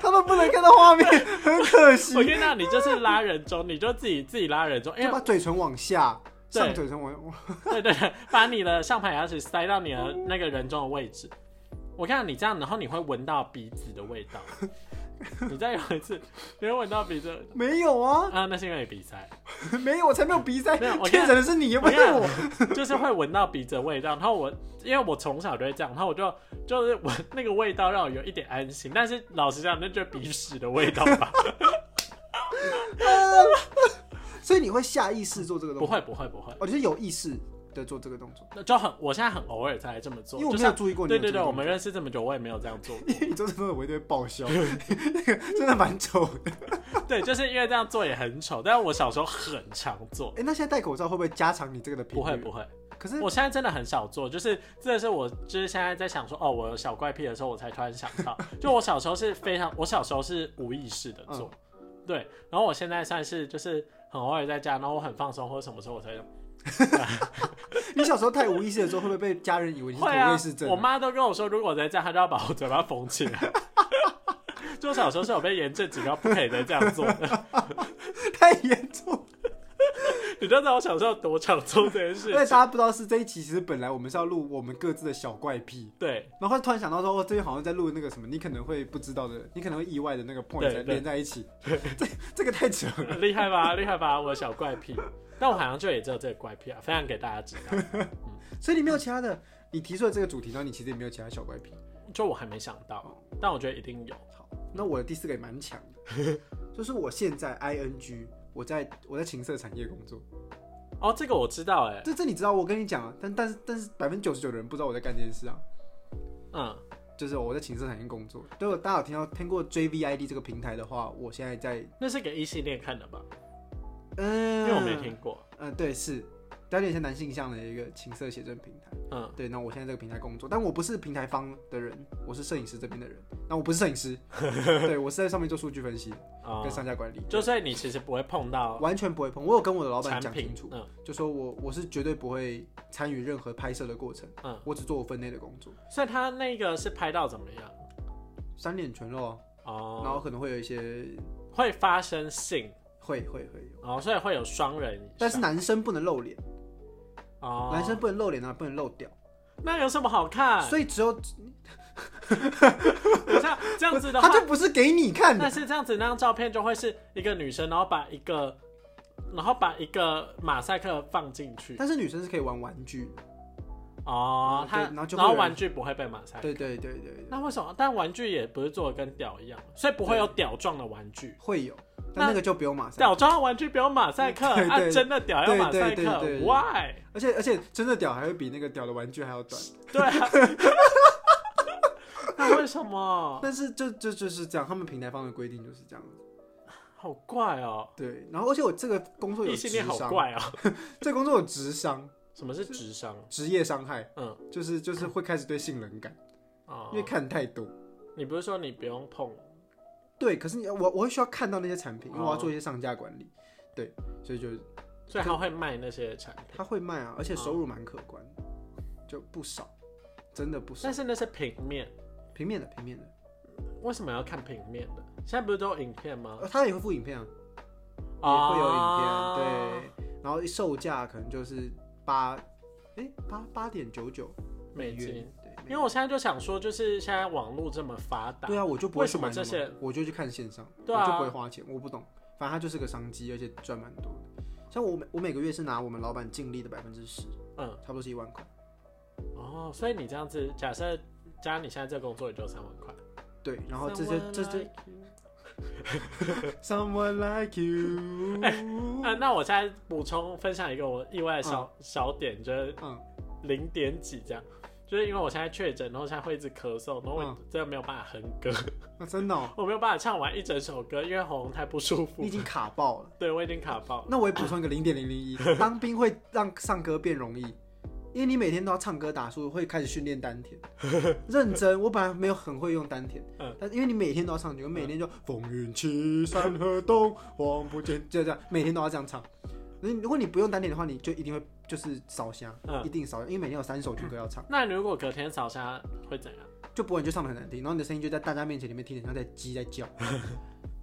Speaker 2: 他们不能看到画面，很可惜
Speaker 1: 我。跟你讲，你就是拉人中，你就自己自己拉人中，因
Speaker 2: 就
Speaker 1: 为
Speaker 2: 把嘴唇往下，
Speaker 1: 对
Speaker 2: 上嘴唇往，哇
Speaker 1: *laughs* 对对对，把你的上排牙齿塞到你的那个人中的位置。我看到你这样，然后你会闻到鼻子的味
Speaker 2: *laughs*
Speaker 1: 道。你再有一次，你会闻到鼻子
Speaker 2: 没有啊，
Speaker 1: 啊，那是因为你鼻塞。
Speaker 2: 没有，我才没有鼻塞
Speaker 1: 没有我，跟
Speaker 2: 骗人的是你，又不
Speaker 1: 我
Speaker 2: 是
Speaker 1: 跟你
Speaker 2: 我。
Speaker 1: 就是会闻到鼻子的味道。然后我因为我从小就会这样，然后我就就是闻那个味道让我有一点安心。但是老实讲，那就是鼻屎的味道
Speaker 2: *laughs*
Speaker 1: 吧？
Speaker 2: 所以你会下意识做这个动
Speaker 1: 不
Speaker 2: 作，
Speaker 1: 会不会不会，
Speaker 2: 我就是有意识的做这个动作，
Speaker 1: 那就很我现在很偶尔才这么做。
Speaker 2: 因为我
Speaker 1: 就
Speaker 2: 没有
Speaker 1: 像
Speaker 2: 注意过你
Speaker 1: 对
Speaker 2: 有这
Speaker 1: 对
Speaker 2: 个动作。
Speaker 1: 对，我们认识这么久，我也没有这样做过。
Speaker 2: 你做这种我一定会爆笑， *laughs* 那个真的蛮丑的。
Speaker 1: 对，就是因为这样做也很丑，但是我小时候很常做
Speaker 2: 哎、。那现在戴口罩会不会加强你这个的频率？
Speaker 1: 不会不会，
Speaker 2: 可是
Speaker 1: 我现在真的很少做，就是这是我就是现在在想说，哦，我有小怪癖的时候，我才突然想到，就我小时候是非常， *laughs* 我小时候是无意识的做，
Speaker 2: 嗯
Speaker 1: 对，然后我现在算是就是很偶尔在家，然后我很放松或者什么时候我才
Speaker 2: 你小时候太无意识的时候，会不会被家人以为你是妥
Speaker 1: 会
Speaker 2: 瑞
Speaker 1: 啊
Speaker 2: 氏，症、
Speaker 1: 我妈都跟我说，如果我再这样，她就要把我嘴巴缝起来。 *laughs* 就小时候是有被严正警告不可以再这样
Speaker 2: *laughs*
Speaker 1: 做的，
Speaker 2: 太严重。
Speaker 1: 你知道我小时候多常做这件事
Speaker 2: 而且大
Speaker 1: 情？
Speaker 2: 家不知道是这一期，其实本来我们是要录我们各自的小怪癖，
Speaker 1: 对，
Speaker 2: 然后突然想到说，哦，这边好像在录那个什么，你可能会不知道的，你可能会意外的那个 point
Speaker 1: 对
Speaker 2: 才
Speaker 1: 对
Speaker 2: 连在一
Speaker 1: *laughs*
Speaker 2: 起。这这个太扯了。
Speaker 1: 厉害吧，厉害吧，我的小怪癖。但我好像就也只有这个怪癖啊，分享给大家知道。
Speaker 2: 所以你没有其他的，你提出了这个主题，然后你其实也没有其他小怪癖。
Speaker 1: 就我还没想到，但我觉得一定有。
Speaker 2: 好，那我的第四个也蛮强的，
Speaker 1: *laughs*
Speaker 2: 就是我现在 ing，我在我在情色产业工作。
Speaker 1: 哦，这个我知道、哎，
Speaker 2: 这这你知道，我跟你讲啊，但但是但是百分之九十九的人不知道我在干这件事啊，
Speaker 1: 嗯，
Speaker 2: 就是我在情色产业工作。如果大家有听到听过 JVID 这个平台的话，我现在在，
Speaker 1: 那是给异性恋看的吧？
Speaker 2: 嗯，
Speaker 1: 因为我没听过。
Speaker 2: 嗯，对，是，它有点像男性向的一个情色写真平台。
Speaker 1: 嗯，
Speaker 2: 对，那我现在这个平台工作，但我不是平台方的人，我是摄影师这边的人。那我不是摄影师，对我是在上面做数据分析
Speaker 1: *laughs* 哦
Speaker 2: 跟，商家管理，
Speaker 1: 就所以你其实不会碰到
Speaker 2: 完全不会碰。我有跟我的老板
Speaker 1: 产
Speaker 2: 讲
Speaker 1: 品
Speaker 2: 清楚，，
Speaker 1: 嗯
Speaker 2: 就说我我是绝对不会参与任何拍摄的过程，
Speaker 1: 嗯，
Speaker 2: 我只做我分内的工作。
Speaker 1: 所以他那个是拍到怎么样？
Speaker 2: 三脸全露啊，然
Speaker 1: 哦，
Speaker 2: 后可能会有一些
Speaker 1: 会发生性，
Speaker 2: 会会会有，
Speaker 1: 哦，所以会有双人以上，
Speaker 2: 但是男生不能露脸，
Speaker 1: 哦，啊
Speaker 2: 男生不能露脸啊，不能露屌。
Speaker 1: 那有什么好看？
Speaker 2: 所以只有
Speaker 1: 等一下这样子的话
Speaker 2: 他，就不是给你看的，
Speaker 1: 但是这样子那张照片就会是一个女生，然后把一个，然后把一个马赛克放进去
Speaker 2: 但是女生是可以玩玩具的，
Speaker 1: 哦
Speaker 2: 嗯，
Speaker 1: 它
Speaker 2: 对然后就会
Speaker 1: 然后
Speaker 2: 有人
Speaker 1: 玩具不会被马赛克。
Speaker 2: 对对对对对，
Speaker 1: 那为什么？但玩具也不是做的跟屌一样，所以不会有屌状的玩具。
Speaker 2: 会有，
Speaker 1: 那
Speaker 2: 但那个就不用马赛克，
Speaker 1: 屌状的玩具不用马赛克，
Speaker 2: 对对
Speaker 1: 啊，真的屌要马赛
Speaker 2: 对对
Speaker 1: 克
Speaker 2: 对对对
Speaker 1: ，why？
Speaker 2: 而且而且真的屌还会比那个屌的玩具还要短，
Speaker 1: 对
Speaker 2: *laughs*
Speaker 1: 啊，那为什么？
Speaker 2: 但是就就就是这样，他们平台方的规定就是这样，
Speaker 1: 好怪哦，
Speaker 2: 对，然后而且我这个工作有
Speaker 1: 异
Speaker 2: 智
Speaker 1: 性恋好
Speaker 2: 商，
Speaker 1: 怪哦。
Speaker 2: 这个工作有职伤，
Speaker 1: 什么是智商？
Speaker 2: 职业伤害，
Speaker 1: 嗯，
Speaker 2: 就是就是会开始对性冷感，
Speaker 1: 哦
Speaker 2: 因为，看太多。
Speaker 1: 你不是说你不用碰？
Speaker 2: 对，可是你我我会需要看到那些产品，因为我要
Speaker 1: 哦
Speaker 2: 做一些上架管理，对，所以就
Speaker 1: 所以他会卖那些产品，
Speaker 2: 他会卖啊，而
Speaker 1: 哦
Speaker 2: 且收入蛮可观的，就不少，真的不少
Speaker 1: 但，是那是平面，
Speaker 2: 平面的平面的，
Speaker 1: 为什么要看平面的？现在不是都有影片吗？
Speaker 2: 呃他也会附影片啊，也会有影
Speaker 1: 啊
Speaker 2: 片，对，然后售价可能就是八，哎八八点九九
Speaker 1: 对
Speaker 2: 美
Speaker 1: 美
Speaker 2: 元
Speaker 1: 金。，
Speaker 2: 对，美
Speaker 1: 因为我现在就想说，就是现在网络这么发达，
Speaker 2: 对啊，我就不会去买
Speaker 1: 为什么这
Speaker 2: 那么我就去看线上，
Speaker 1: 对啊
Speaker 2: 我就不会花钱，我不懂，反正它就是个商机，而且赚蛮多的。像我每我每个月是拿我们老板净利的百分之十，
Speaker 1: 嗯，
Speaker 2: 差不多是一万块，
Speaker 1: 哦，所以你这样子，假设加你现在这个工作也就三万块，
Speaker 2: 对，然后这些这些
Speaker 1: Someone like you
Speaker 2: *laughs* someone like
Speaker 1: *laughs*
Speaker 2: you，
Speaker 1: 啊，那我现在补充分享一个我意外的小、小点，就是
Speaker 2: 嗯
Speaker 1: 零点几这样，就是因为我现在确诊，然后现在会一直咳嗽，然后我
Speaker 2: 嗯
Speaker 1: 真的没有办法哼歌， *laughs*
Speaker 2: 那真的哦，
Speaker 1: 我没有办法唱完一整首歌，因为喉咙太不舒服
Speaker 2: 你已。经卡爆了。
Speaker 1: 对，我已经卡爆了。
Speaker 2: 那我也补充一个零点零零一， *laughs* 当兵会让唱歌变容易，因为你每天都要唱歌打数，会开始训练丹田。
Speaker 1: *laughs*
Speaker 2: 认真，我本来没有很会用丹田，
Speaker 1: 嗯
Speaker 2: 但因为你每天都要唱，你就每天就风云起，山河动，望不见，就这样，每天都要这样唱。你如果你不用丹田的话，你就一定会就是烧香，
Speaker 1: 嗯
Speaker 2: 一定烧香，因为每天有三首军歌要唱，
Speaker 1: 那如果隔天扫沙会怎样？
Speaker 2: 就不然你就唱的很难听，然后你的声音就在大家面前里面听，然后在鸡在
Speaker 1: *laughs*
Speaker 2: 叫，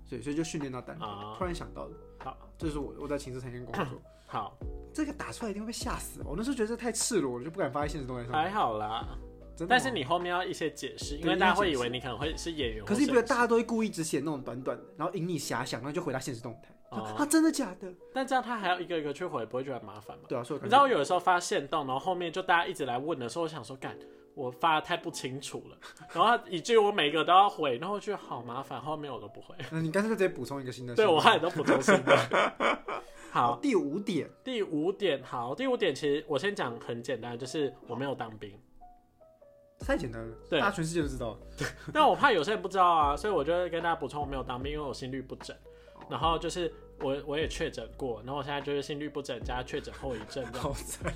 Speaker 2: 所以所以就训练到丹田。
Speaker 1: 啊
Speaker 2: 突然想到的，
Speaker 1: 好，
Speaker 2: 这是我我在寝室产业工作。
Speaker 1: 好，
Speaker 2: 这个打出来一定会被吓死。我那时候觉得这太赤裸了，我就不敢发在现实动态上
Speaker 1: 还
Speaker 2: 面。
Speaker 1: 好啦。
Speaker 2: 真的吗
Speaker 1: 哎但是，你后面要一些解释，因为
Speaker 2: 对
Speaker 1: 大家会
Speaker 2: 一些
Speaker 1: 以
Speaker 2: 解释
Speaker 1: 为你可能会是演员或
Speaker 2: 可
Speaker 1: 什
Speaker 2: 是你
Speaker 1: 么。
Speaker 2: 不觉得大家都会故意只写那种短短的，然后引你遐想，然后就回答现实动态。
Speaker 1: 哦
Speaker 2: 啊，真的假的？
Speaker 1: 但这样他还要一个一个去回，不会觉得很麻烦吗？
Speaker 2: 对啊，所以我感
Speaker 1: 你知道
Speaker 2: 觉
Speaker 1: 我有的时候发现动，然后后面就大家一直来问的时候，我想说，干，我发的太不清楚
Speaker 2: *laughs*
Speaker 1: 了，然后他以至于我每一个都要回，然后我觉得好麻烦，后面我都不回。
Speaker 2: 那你干脆就直接补充一个新的。
Speaker 1: 对我还
Speaker 2: *laughs*
Speaker 1: 都不重新的。好，
Speaker 2: 第五点，
Speaker 1: 第五点，好，第五点其实我先讲很简单，就是我没有当兵，
Speaker 2: 太简单了，
Speaker 1: 对
Speaker 2: 大家全世界都知道了。 *laughs*
Speaker 1: 但我怕有些人不知道啊，所以我就会跟大家补充我没有当兵，因为我心律不整，
Speaker 2: 哦
Speaker 1: 然后就是我我也确诊过，然后我现在就是心律不整加确诊后遗症这
Speaker 2: *laughs*
Speaker 1: 样
Speaker 2: 好惨，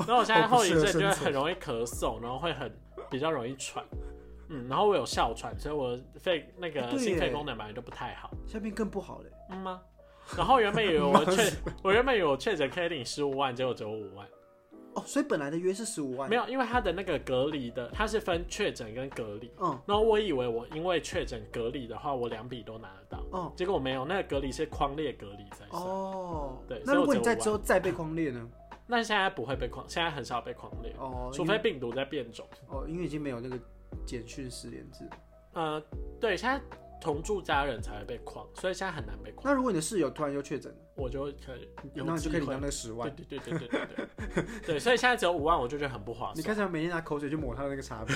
Speaker 1: 然后我现在后遗症就
Speaker 2: 好不适合
Speaker 1: 会
Speaker 2: 生
Speaker 1: 很容易咳嗽，然后会很比较容易喘，嗯，然后我有哮喘，所以我肺那
Speaker 2: 哎
Speaker 1: 个
Speaker 2: 对
Speaker 1: 心肺
Speaker 2: 耶
Speaker 1: 功能本来就不太好，
Speaker 2: 下面更不好嘞。
Speaker 1: 嗯吗？然后原本以为
Speaker 2: *laughs*
Speaker 1: 我
Speaker 2: 忙
Speaker 1: 确，我原本以为我确诊可以领十五万，结果只有五万，
Speaker 2: 哦，所以本来的约是十五万，
Speaker 1: 没
Speaker 2: 有，
Speaker 1: 有，因为他的那个隔离的，他是分确诊跟隔离，
Speaker 2: 嗯，
Speaker 1: 然后我以为我因为确诊隔离的话，我两笔都拿得到，
Speaker 2: 哦
Speaker 1: 结果没有，那个隔离是框列隔离才算，
Speaker 2: 哦，
Speaker 1: 对
Speaker 2: 那如果你
Speaker 1: 所以我只有
Speaker 2: 在之后再被框列呢？
Speaker 1: 那现在不会被框，现在很少被框列，
Speaker 2: 哦，
Speaker 1: 除
Speaker 2: 因为
Speaker 1: 非病毒在变种。
Speaker 2: 哦，因为已经没有那个简讯十连制。
Speaker 1: 呃，对，现在同住家人才会被框，所以现在很难被框。
Speaker 2: 那如果你的室友突然又确诊了，
Speaker 1: 我就可以有
Speaker 2: 那你
Speaker 1: 机
Speaker 2: 就可以领
Speaker 1: 会
Speaker 2: 到那个十万
Speaker 1: 对。对对对对对
Speaker 2: *laughs*
Speaker 1: 对对，所以现在只有五万，我就觉得很不划
Speaker 2: 你
Speaker 1: 算。
Speaker 2: 看起来每天拿口水去抹他的那个茶杯。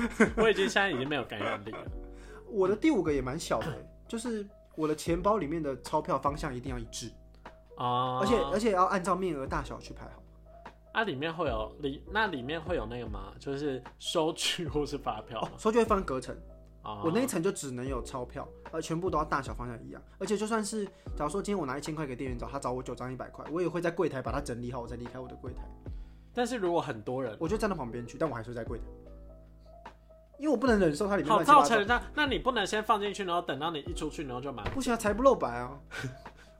Speaker 2: *laughs*
Speaker 1: 我已经现在已经没有感染力了。
Speaker 2: 我的第五个也蛮小的、就是我的钱包里面的钞票方向一定要一致，
Speaker 1: 啊、
Speaker 2: 而且呃而且要按照面额大小去排好。
Speaker 1: 啊，里面会有里那里面会有那个吗？就是收据或是发票
Speaker 2: 哦，收据会分隔层，
Speaker 1: 啊、
Speaker 2: 我那一层就只能有钞票，呃，全部都要大小方向一样。而且就算是假如说今天我拿一千块给店员找他找我九张一百块，我也会在柜台把它整理好，我再离开我的柜台。
Speaker 1: 但是如果很多人，
Speaker 2: 我就站到旁边去，但我还是会在柜台，因为我不能忍受它里面
Speaker 1: 好
Speaker 2: 乱七八
Speaker 1: 造
Speaker 2: 糟
Speaker 1: 成。那那你不能先放进去，然后等到你一出去，然后就买
Speaker 2: 不行啊，财不露白
Speaker 1: *laughs*
Speaker 2: 啊，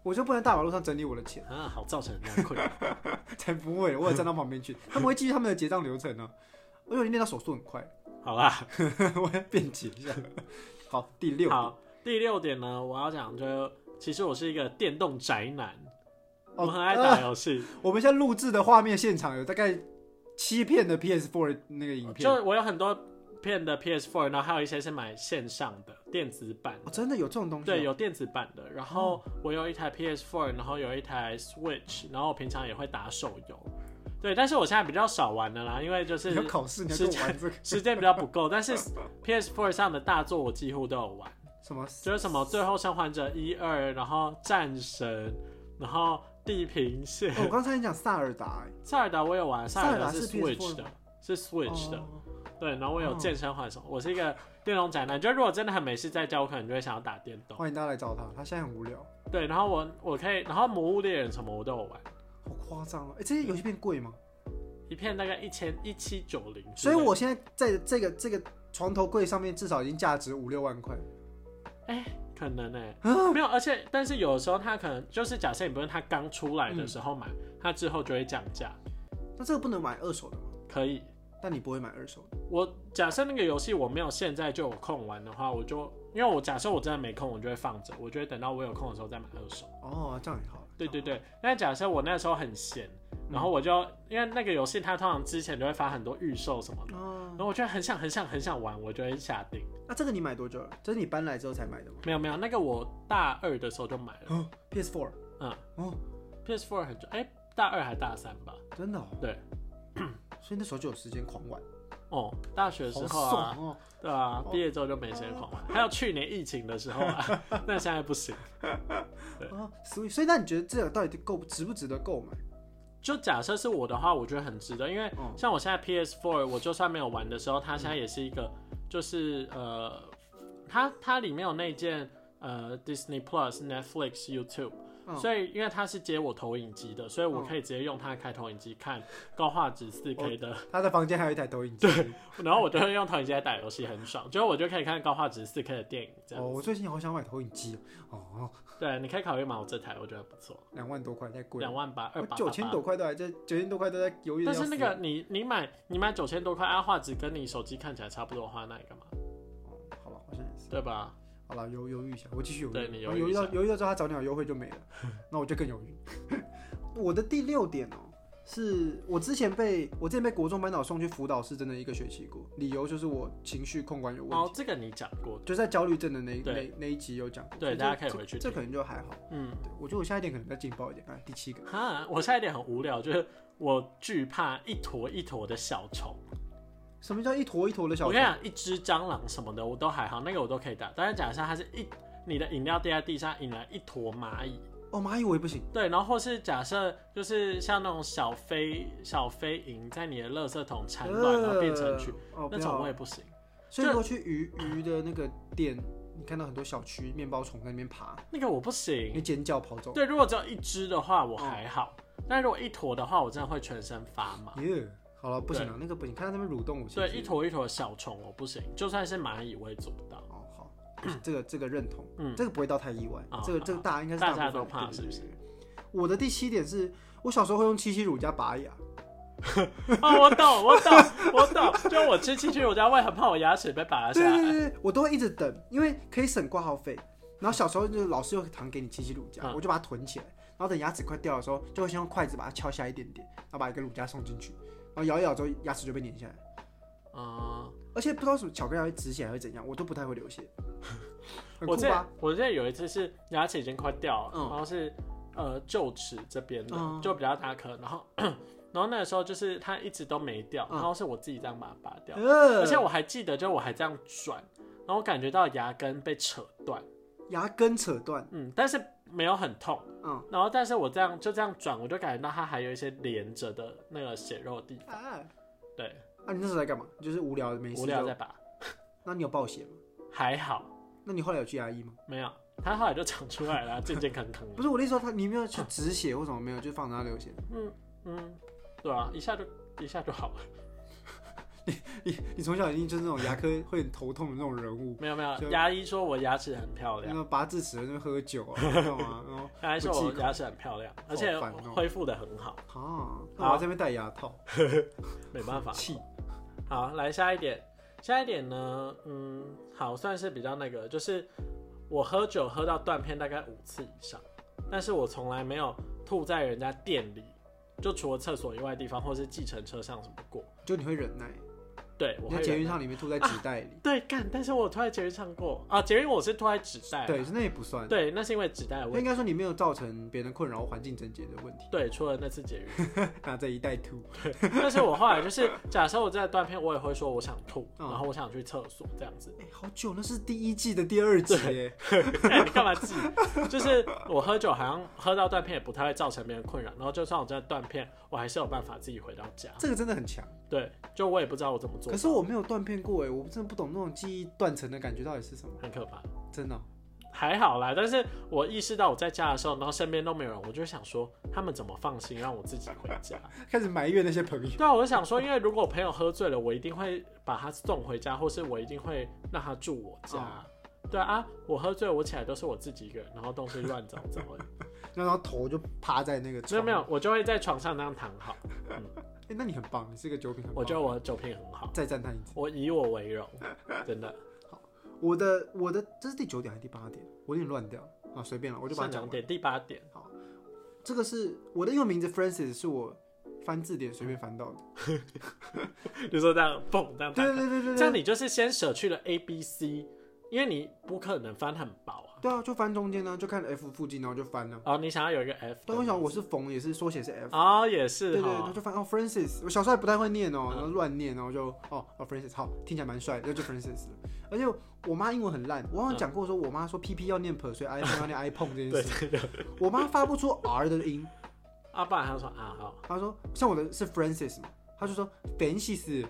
Speaker 2: 我就不能大马路上整理我的钱，
Speaker 1: 啊，好造成人家困扰。 *laughs*
Speaker 2: *laughs* 才不会，我有站到旁边去，他们会继续他们的结账流程啊。我有练到手速很快。 *laughs*
Speaker 1: 好啦，
Speaker 2: 我要辩解一下。好，第六哦点
Speaker 1: 好，第六点呢，我要讲就其实我是一个电动宅男，
Speaker 2: 哦呃啊
Speaker 1: 我很爱打游戏。
Speaker 2: 我们现在录制的画面现场有大概欺骗的 PS4 的那个影片
Speaker 1: 哦就，我有很多片的 PS4，然后还有一些是买线上的电子版
Speaker 2: 哦，真的有这种东西、哦？
Speaker 1: 对，有电子版的。然后我有一台 PS4，然后有一台 Switch，然后我平常也会打手游。对，但是我现在比较少玩了啦，因为就是
Speaker 2: 你要考试，你要跟我玩这个
Speaker 1: 时间比较不够。但是 PS4 上的大作我几乎都有玩，
Speaker 2: 什么？
Speaker 1: 就是什么《最后生还者》一二，然后《战神》，然后《地平线
Speaker 2: 哦》。我刚才你讲萨尔达、欸，
Speaker 1: 塞尔达我有玩，塞尔
Speaker 2: 塞尔
Speaker 1: 达
Speaker 2: 达是
Speaker 1: Switch
Speaker 2: PS4
Speaker 1: 的，是 Switch 的。
Speaker 2: 哦
Speaker 1: 对，然后我有
Speaker 2: 哦
Speaker 1: 健身环什么，我是一个电动宅男。就如果真的很没事在家，我可能就会想要打电动。
Speaker 2: 欢迎大家来找他，他现在很无聊，
Speaker 1: 对，然后我我可以，然后《魔物猎人》什么我都有玩，
Speaker 2: 好夸张哦！哎、这些游戏变贵吗？
Speaker 1: 一片大概一千一七九零。
Speaker 2: 所以我现在在这个这个床头柜上面至少已经价值五六万块， *gasps*
Speaker 1: 哎、可能哎、
Speaker 2: 啊
Speaker 1: 没有，而且但是有的时候它可能就是假设你不是它刚出来的时候买，它之后就会降价。
Speaker 2: 那这个不能买二手的吗？
Speaker 1: 可以，
Speaker 2: 但你不会买二手的，
Speaker 1: 我假设那个游戏我没有现在就有空玩的话，我就因为我假设我真的没空，我就会放着，我就会等到我有空的时候再买二手。
Speaker 2: 哦，这样也好。
Speaker 1: 对对对，那假设我那时候很闲，然后我就、因为那个游戏它通常之前就会发很多预售什么的，
Speaker 2: 哦
Speaker 1: 然，后我就会很想很想很想玩，我就会下定。
Speaker 2: 那这个你买多久了？这是你搬来之后才买的吗？
Speaker 1: 没有没有，那个我大二的时候就买了，
Speaker 2: 哦，PS4，
Speaker 1: 嗯
Speaker 2: 哦，
Speaker 1: ，PS4 很久，哎、大二还大三吧？
Speaker 2: 真的哦，
Speaker 1: 对，
Speaker 2: *clears throat* 所以那时候就有时间狂玩，
Speaker 1: 哦，大学的
Speaker 2: 好
Speaker 1: 时候啊，
Speaker 2: 爽哦！
Speaker 1: 对啊
Speaker 2: 哦，
Speaker 1: 毕业之后就没时间狂玩，还有去年疫情的时候
Speaker 2: *laughs*
Speaker 1: 啊，那现在不行。
Speaker 2: 啊，所以所以那你觉得这个到底够值不值得购买？
Speaker 1: 就假设是我的话，我觉得很值得，因为
Speaker 2: 嗯
Speaker 1: 像我现在 PS4，我就算没有玩的时候，它现在也是一个，就是呃，它它里面有那件呃 Disney Plus、Netflix、YouTube，
Speaker 2: 嗯
Speaker 1: 所以因为它是接我投影机的，所以我可以直接用它开投影机看高画质 4K 的，
Speaker 2: 他的房间还有一台投影机。
Speaker 1: *laughs* 然后我就会用投影机来打游戏，很爽，就是我就可以看高画质 4K 的电影这
Speaker 2: 哦，
Speaker 1: 样
Speaker 2: 我
Speaker 1: 子。
Speaker 2: 最近好想买投影机哦，哦
Speaker 1: 对，你可以考虑买我这台，我觉得不错，
Speaker 2: 两万多块太贵
Speaker 1: 两
Speaker 2: 了，
Speaker 1: 万八二
Speaker 2: 我
Speaker 1: 八
Speaker 2: 九千多块都还在，九千多块都在犹豫得
Speaker 1: 但
Speaker 2: 要
Speaker 1: 是
Speaker 2: 死。
Speaker 1: 那个你你买你买九千多块，啊，画质跟你手机看起来差不多的话，那你干嘛？
Speaker 2: 哦，好吧，我现在也是。
Speaker 1: 对吧？
Speaker 2: 好了，犹犹豫一下，我继续犹豫。
Speaker 1: 对你
Speaker 2: 我犹
Speaker 1: 犹豫一
Speaker 2: 到
Speaker 1: 下
Speaker 2: 犹豫到之后，他早鸟优惠就没了，那我就更犹豫。 *laughs* 我的第六点哦、是我之前被我之前被国中班导送去辅导室，真的一个学期过，理由就是我情绪控管有问
Speaker 1: 哦
Speaker 2: 题，，
Speaker 1: 这个你讲过的，
Speaker 2: 就在焦虑症的那一
Speaker 1: 对
Speaker 2: 那那一集有讲过。
Speaker 1: 对
Speaker 2: 所
Speaker 1: 大
Speaker 2: 这
Speaker 1: 家可以
Speaker 2: 这
Speaker 1: 回去
Speaker 2: 这
Speaker 1: 听
Speaker 2: 可能就还好。
Speaker 1: 嗯，
Speaker 2: 对，我觉得我下一点可能比较劲爆一点啊。第七个，
Speaker 1: 哈，我现在一点很无聊，就是我惧怕一坨一坨的小虫。
Speaker 2: 什么叫一坨一坨的小
Speaker 1: 我跟你
Speaker 2: 虫？
Speaker 1: 讲，一只蟑螂什么的我都还好，那个我都可以打。但是假设它是一你的饮料滴在地上，引来一坨蚂蚁，
Speaker 2: 哦，蚂蚁我也不行。
Speaker 1: 对，然后或是假设就是像那种小飞小飞蝇在你的垃圾桶产卵，然后变成蛆，
Speaker 2: 呃哦，
Speaker 1: 那
Speaker 2: 不
Speaker 1: 种
Speaker 2: 要
Speaker 1: 我也不行。
Speaker 2: 所以如
Speaker 1: 这
Speaker 2: 果去鱼鱼的那个店，你看到很多小区面包虫在那边爬，
Speaker 1: 那个我不行
Speaker 2: 你，哦尖叫跑走。
Speaker 1: 对，如果只有一只的话，我还好；但如果一坨的话，我真的会全身发麻。
Speaker 2: 耶、好了，不行了，那个不行，看到那边蠕动，我
Speaker 1: 对，
Speaker 2: 先
Speaker 1: 一坨一坨的小虫我不行，就算是蚂蚁我也做不到。
Speaker 2: 哦好，这个这个认同，
Speaker 1: 嗯
Speaker 2: 这个不会到太意外，
Speaker 1: 啊
Speaker 2: 这个
Speaker 1: 好
Speaker 2: 这个大应该是
Speaker 1: 大
Speaker 2: 部
Speaker 1: 家
Speaker 2: 分
Speaker 1: 都怕
Speaker 2: 对
Speaker 1: 是不是
Speaker 2: 对对我的第七点是我小时候会用七七乳加拔牙，
Speaker 1: *laughs* 哦，我懂，我懂，我懂。就我吃进去，我家会很怕我牙齿被拔下
Speaker 2: 对对
Speaker 1: 来。
Speaker 2: 对对，我都会一直等，因为可以省挂号费。然后小时候就是老师又糖给你七七乳加，
Speaker 1: 嗯
Speaker 2: 我就把它囤起来，然后等牙齿快掉的时候，就会先用筷子把它敲下一点点，然后把一个乳加送进去，然后咬一咬之后牙齿就被粘下来。
Speaker 1: 嗯，
Speaker 2: 而且不知道为什么巧克力还会止血还会怎样，我都不太会流血， *laughs* 很
Speaker 1: 我
Speaker 2: 酷
Speaker 1: 这
Speaker 2: 吧？
Speaker 1: 我这有一次是牙齿已经快掉了，
Speaker 2: 嗯
Speaker 1: 然后是呃臼齿这边的
Speaker 2: 嗯
Speaker 1: 就比较大颗，然后然后那个时候就是它一直都没掉，
Speaker 2: 嗯
Speaker 1: 然后是我自己这样把它拔掉，
Speaker 2: 呃
Speaker 1: 而且我还记得，就我还这样转，然后我感觉到牙根被扯断，
Speaker 2: 牙根扯断，
Speaker 1: 嗯，但是没有很痛。
Speaker 2: 嗯
Speaker 1: 然后，但是我这样就这样转，我就感觉到它还有一些连着的那个血肉的地方。
Speaker 2: 啊，
Speaker 1: 对，
Speaker 2: 啊，你那时候在干嘛？就是无聊没事。
Speaker 1: 无聊再。拔，
Speaker 2: 那你有爆血吗？
Speaker 1: 还好
Speaker 2: 那你后来有去牙医吗？
Speaker 1: 没有，它后来就长出来了，健健康康
Speaker 2: 不
Speaker 1: 的。
Speaker 2: 是我的意思说他，你没有去止血或什么没有，就放着它流血。
Speaker 1: 嗯嗯，对啊，一下就一下就好了。
Speaker 2: 你你从小已经就是那种牙科会很头痛的那种人物，
Speaker 1: 没有没
Speaker 2: 就
Speaker 1: 有，牙医说我牙齿很漂
Speaker 2: 然
Speaker 1: 亮，
Speaker 2: 后拔智齿就喝酒啊，
Speaker 1: *laughs*
Speaker 2: 你知道吗？然后
Speaker 1: 牙医说
Speaker 2: 不
Speaker 1: 我
Speaker 2: 忌口
Speaker 1: 牙齿很漂亮，而且
Speaker 2: 好烦哦
Speaker 1: 恢复的很好，
Speaker 2: 啊，那我还在那边戴牙套，
Speaker 1: 没办法。
Speaker 2: 气
Speaker 1: 好，来下一点，下一点呢，嗯，好，算是比较那个，就是我喝酒喝到断片大概五次以上，但是我从来没有吐在人家店里就除了厕所以外的地方，或是计程车上什么过。
Speaker 2: 就你会忍耐，
Speaker 1: 对，我
Speaker 2: 你在
Speaker 1: 会
Speaker 2: 捷
Speaker 1: 忍
Speaker 2: 运
Speaker 1: 耐
Speaker 2: 上里面吐在纸袋
Speaker 1: *laughs*
Speaker 2: 里，
Speaker 1: 对干，但是我突然捷运上过啊，捷运我是拖在纸袋啦，
Speaker 2: 对，那也不算。
Speaker 1: 啊哎对，那是因为纸袋的
Speaker 2: 那
Speaker 1: 问
Speaker 2: 应
Speaker 1: 题。
Speaker 2: 该说你没有造成别人困扰、环境整洁的问题，
Speaker 1: 对，除了那次捷运，
Speaker 2: 拿着一袋吐，
Speaker 1: 但是我后
Speaker 2: *laughs*
Speaker 1: 来就是，假设我在断片，我也会说我想吐，
Speaker 2: 嗯
Speaker 1: 然后我想去厕所这样子。
Speaker 2: 哎、好久，那是第一季的第二集耶，
Speaker 1: 哎、你干嘛记？就是我喝酒好像喝到断片也不太会造成别人困扰，然后就算我真的断片，我还是有办法自己回到家。
Speaker 2: 这个真的很强。
Speaker 1: 对，就我也不知道我怎么做
Speaker 2: 可
Speaker 1: 到，
Speaker 2: 是我没有断片过哎，我真的不懂那种记忆断层的感觉到底是什么，
Speaker 1: 很可怕。
Speaker 2: 真的哦、
Speaker 1: 还好啦，但是我意识到我在家的时候，然后身边都没有人，我就想说他们怎么放心让我自己回家？
Speaker 2: 开始埋怨那些朋友。
Speaker 1: 对啊，我就想说，因为如果我朋友喝醉了，我一定会把他送回家，或是我一定会让他住我家。
Speaker 2: 哦
Speaker 1: 对啊啊，我喝醉，我起来都是我自己一个人，然后东西乱糟糟
Speaker 2: *laughs*
Speaker 1: 的。
Speaker 2: 然后头就趴在那个
Speaker 1: 没有
Speaker 2: 床，
Speaker 1: 没有，我就会在床上那样躺好。
Speaker 2: 哎、那你很棒，你是个酒品很棒。
Speaker 1: 我觉得我的酒品很好，
Speaker 2: 再赞叹一次。
Speaker 1: 我以我为
Speaker 2: *laughs*
Speaker 1: 荣，真的。
Speaker 2: 我的我的这是第九点还是第八点？我有点乱掉啊，随便了，我就把它
Speaker 1: 是两
Speaker 2: 讲完。
Speaker 1: 点，第八点，
Speaker 2: 这个是我的英文名字 Francis，是我翻字典随便翻到的。
Speaker 1: 就说这样蹦这样打
Speaker 2: 对
Speaker 1: 开。
Speaker 2: 对对对
Speaker 1: 这
Speaker 2: 对
Speaker 1: 样你就是先舍去了 A、B、C，因为你不可能翻很薄啊。
Speaker 2: 对啊，就翻中间呢、就看 F 附近，然后就翻了、啊。
Speaker 1: 然后你想要有一个 F，
Speaker 2: 但我想我是冯，也是缩写是 F。
Speaker 1: 啊，也
Speaker 2: 对
Speaker 1: 是
Speaker 2: 对，然后
Speaker 1: 哈，
Speaker 2: 就翻哦，Francis，我小时候还不太会念哦，
Speaker 1: 嗯
Speaker 2: 然后乱念，然后就哦哦 Francis，好，听起来蛮帅，那就 Francis 了。而且我妈英文很烂，我好
Speaker 1: 嗯
Speaker 2: 像讲过说，我妈说 PP 要念 per，所以
Speaker 1: *laughs*
Speaker 2: iPhone 要念 iPhone 这件事，我妈发不出 R 的音，
Speaker 1: 啊，不然他说啊好，
Speaker 2: 她说像我的是 Francis 嘛，她就说 Francis，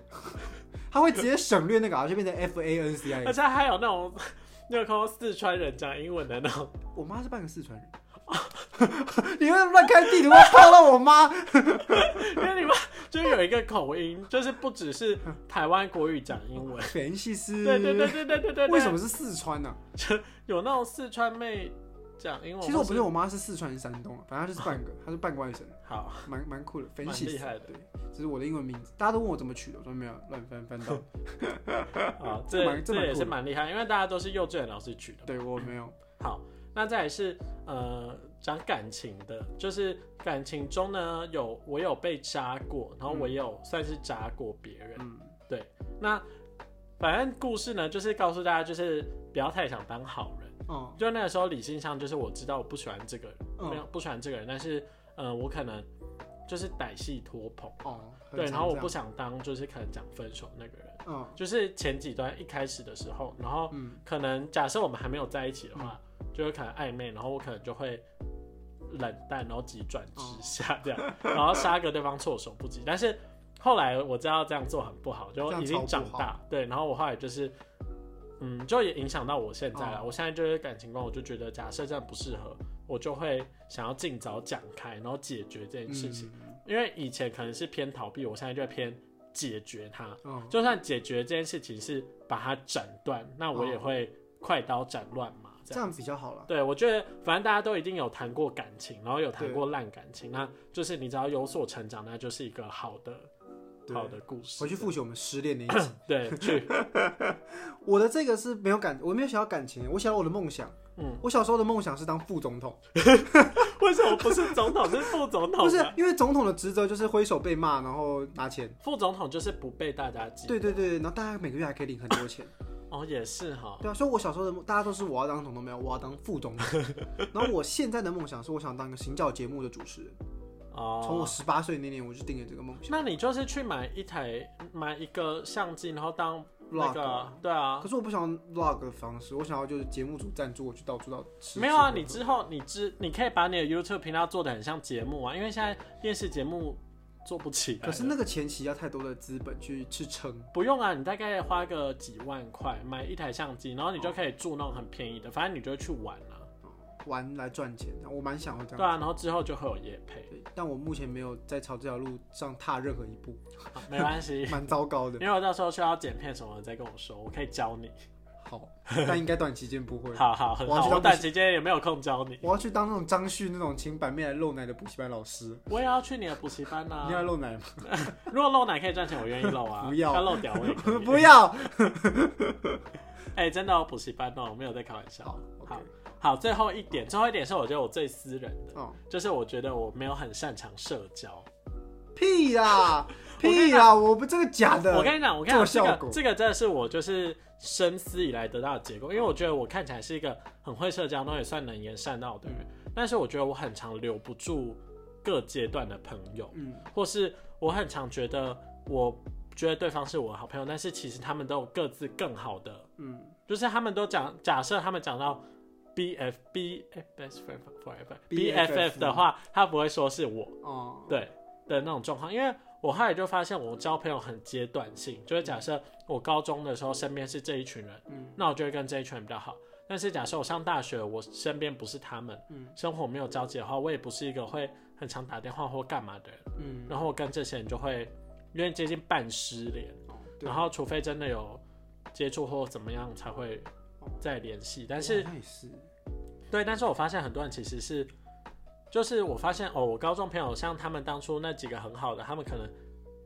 Speaker 2: 她会直接省略那个啊 R，就变成 F A N C
Speaker 1: 而
Speaker 2: I。
Speaker 1: 且还有那种 *laughs* 你有看过四川人讲英文的那种，
Speaker 2: 我妈是半个四川人， *laughs* 你们乱开地图，会套到我妈。
Speaker 1: 因为你们就有一个口音，就是不只是台湾国语讲英文，
Speaker 2: Francis，
Speaker 1: 对对对对对对对，
Speaker 2: 嗯为什么是四川啊呢、
Speaker 1: 有那种四川妹讲英文？
Speaker 2: 其实我
Speaker 1: 或
Speaker 2: 不是，我妈是四川人山东啊，反正她就是半
Speaker 1: *laughs*
Speaker 2: 个，她是半个外省人，
Speaker 1: 好，
Speaker 2: 蛮蛮酷的，分
Speaker 1: 蛮
Speaker 2: 析
Speaker 1: 厉害的
Speaker 2: 对，这是我的英文名字，大家都问我怎么取的，我说没有乱翻翻
Speaker 1: *laughs*
Speaker 2: 到，
Speaker 1: 啊，
Speaker 2: *laughs* 这
Speaker 1: 这
Speaker 2: 蛮这蛮
Speaker 1: 这也
Speaker 2: 酷
Speaker 1: 是
Speaker 2: 的
Speaker 1: 蛮厉害，因为大家都是幼稚园老师取的。
Speaker 2: 对我没有，
Speaker 1: 好，那再来是呃讲感情的，就是感情中呢有我有被渣过，然后我也有算是渣过别人。
Speaker 2: 嗯，
Speaker 1: 对，那反正故事呢就是告诉大家，就是不要太想当好人。
Speaker 2: 哦，
Speaker 1: 就那个时候理性上就是我知道我不喜欢这个人，
Speaker 2: 嗯
Speaker 1: 没有不喜欢这个人，但是呃我可能就是歹戏拖棚，
Speaker 2: 哦，很
Speaker 1: 对，
Speaker 2: 常
Speaker 1: 然后我
Speaker 2: 这样
Speaker 1: 不，想当就是可能讲分手那个人。
Speaker 2: 嗯
Speaker 1: 就是前几段一开始的时候，然后
Speaker 2: 嗯，
Speaker 1: 可能假设我们还没有在一起的话，就有可能暧昧，然后我可能就会冷淡，然后急转直下这样，
Speaker 2: 哦
Speaker 1: 然后杀个对方措手不及。但是后来我知道这样做很不好，就
Speaker 2: 这样
Speaker 1: 已经
Speaker 2: 超
Speaker 1: 长
Speaker 2: 不好
Speaker 1: 大，对，然后我后来就是。嗯，就也影响到我现在了。
Speaker 2: 哦
Speaker 1: 我现在就是感情观，我就觉得假设这样不适合，我就会想要尽早讲开，然后解决这件事情。
Speaker 2: 嗯，
Speaker 1: 因为以前可能是偏逃避，我现在就会偏解决它。
Speaker 2: 哦，
Speaker 1: 就算解决这件事情是把它斩断，那我也
Speaker 2: 哦
Speaker 1: 会快刀斩乱麻这
Speaker 2: 这
Speaker 1: 样。
Speaker 2: 样比较好了，
Speaker 1: 对，我觉得反正大家都一定有谈过感情，然后有谈过烂感情，那就是你只要有所成长，那就是一个好的
Speaker 2: 对
Speaker 1: 好的故事。
Speaker 2: 回去复习我们失恋那一
Speaker 1: *laughs*
Speaker 2: 集，
Speaker 1: 对去
Speaker 2: 我的这个是没有感，我没有想到感情，我想到我的梦想，
Speaker 1: 嗯，
Speaker 2: 我小时候的梦想是当副总统，
Speaker 1: 为什么不是总统是副总统？啊
Speaker 2: 不是，因为总统的职责就是挥手被骂，然后拿钱，
Speaker 1: 副总统就是不被大家记。
Speaker 2: 对对对，然后大家每个月还可以领很多钱。
Speaker 1: 哦，也是哈。
Speaker 2: 对啊，所以我小时候的梦，大家都是我要当总统，没有我要当副总统。然后我现在的梦想是，我想当一个行脚节目的主持人。从我
Speaker 1: 哦，
Speaker 2: 十八岁那年，我就定了这个梦想。
Speaker 1: 那你就是去买一台买一个相机，然后当那
Speaker 2: Vlog
Speaker 1: 个
Speaker 2: 啊
Speaker 1: 对啊
Speaker 2: 可，是我不想要 vlog 的方式，我想要就是节目组赞助我去到处到吃。
Speaker 1: 没有啊，
Speaker 2: 吃
Speaker 1: 你之后你知你可以把你的 YouTube 频道做的很像节目啊，因为现在电视节目做不起来了。
Speaker 2: 可是那个前期要太多的资本去去撑。
Speaker 1: 不用啊，你大概花个几万块买一台相机，然后你就可以住那种很便宜的，反正你就会去玩啊。
Speaker 2: 玩来赚钱，我蛮想要这
Speaker 1: 对
Speaker 2: 样。
Speaker 1: 啊，然后之后就会有业配， *laughs*
Speaker 2: 对，但我目前没有在朝这条路上踏任何一步，
Speaker 1: 好没关系，
Speaker 2: 蛮糟糕
Speaker 1: *laughs*
Speaker 2: 的。
Speaker 1: 因为我到时候需要剪片什么的再跟我说，我可以教你。
Speaker 2: 好，但应该短期间不会。
Speaker 1: 好好很
Speaker 2: 我要
Speaker 1: 好，
Speaker 2: 去当
Speaker 1: 我短时间也没有空教你，
Speaker 2: 我要去当那种张旭那种请板面来露奶的补习班老师。
Speaker 1: 我也要去你的补习班
Speaker 2: 你要
Speaker 1: 啊。
Speaker 2: 露奶吗？
Speaker 1: 如果漏奶可以赚钱，我愿意漏
Speaker 2: *laughs*
Speaker 1: 啊。
Speaker 2: 不要
Speaker 1: 要漏屌我也可以。
Speaker 2: *laughs* 不要。
Speaker 1: 哎、真的哦，补习班哦，我没有在开玩笑。
Speaker 2: 好
Speaker 1: 好
Speaker 2: ，OK，
Speaker 1: 好，最后一点，最后一点是我觉得我最私人的，
Speaker 2: 哦，
Speaker 1: 就是我觉得我没有很擅长社交，
Speaker 2: 屁 *laughs* 啦，
Speaker 1: 我跟
Speaker 2: 屁啦，我不这个假的。
Speaker 1: 我跟你讲，我跟
Speaker 2: 做
Speaker 1: 你讲，这
Speaker 2: 效
Speaker 1: 个
Speaker 2: 果
Speaker 1: 这个真的是我就是深思以来得到的结果，因为我觉得我看起来是一个很会社交，然后也算能言善道的人，
Speaker 2: 嗯
Speaker 1: 但是我觉得我很常留不住各阶段的朋友，
Speaker 2: 嗯，
Speaker 1: 或是我很常觉得我觉得对方是我的好朋友，但是其实他们都有各自更好的，
Speaker 2: 嗯，
Speaker 1: 就是他们都讲假设他们讲到 B F B best friend forever B F F
Speaker 2: BFF
Speaker 1: 的话，他不会说是我，
Speaker 2: 哦，
Speaker 1: 对的那种状况，因为我后来就发现我交朋友很阶段性，就是假设我高中的时候身边是这一群人，
Speaker 2: 嗯
Speaker 1: 那我就会跟这一群人比较好。但是假设我上大学，我身边不是他们，
Speaker 2: 嗯
Speaker 1: 生活没有交集的话，我也不是一个会很常打电话或干嘛的人，
Speaker 2: 嗯，
Speaker 1: 然后我跟这些人就会因为接近半失联，
Speaker 2: 哦对
Speaker 1: 然后除非真的有接触或怎么样才会再联系，但是
Speaker 2: 哇哦那也是，
Speaker 1: 对，但是我发现很多人其实是，就是我发现哦，我高中朋友像他们当初那几个很好的，他们可能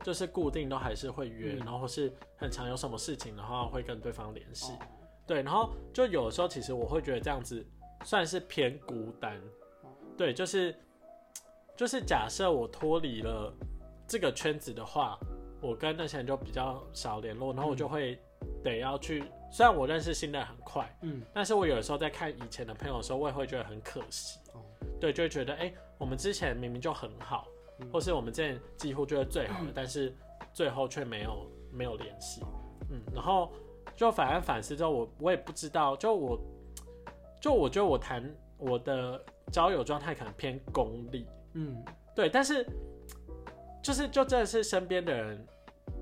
Speaker 1: 就是固定都还是会约，
Speaker 2: 嗯
Speaker 1: 然后或是很常有什么事情的话会跟对方联系。
Speaker 2: 哦
Speaker 1: 对，然后就有的时候其实我会觉得这样子算是偏孤单
Speaker 2: 哦。
Speaker 1: 对，就是就是假设我脱离了这个圈子的话，我跟那些人就比较少联络，然后我
Speaker 2: 嗯
Speaker 1: 就会得要去，虽然我认识新的人很快。
Speaker 2: 嗯，
Speaker 1: 但是我有的时候在看以前的朋友的时候，我也会觉得很可惜，
Speaker 2: 哦
Speaker 1: 对，就会觉得哎、诶我们之前明明就很好，
Speaker 2: 嗯
Speaker 1: 或是我们之前几乎就是
Speaker 2: *clears throat*
Speaker 1: 最好的，但是最后却没有没有联系，嗯，然后就反而反思之后，我我也不知道，就我就我觉得我谈我的交友状态可能偏功利，
Speaker 2: 嗯，
Speaker 1: 对，但是就是就真的是身边的人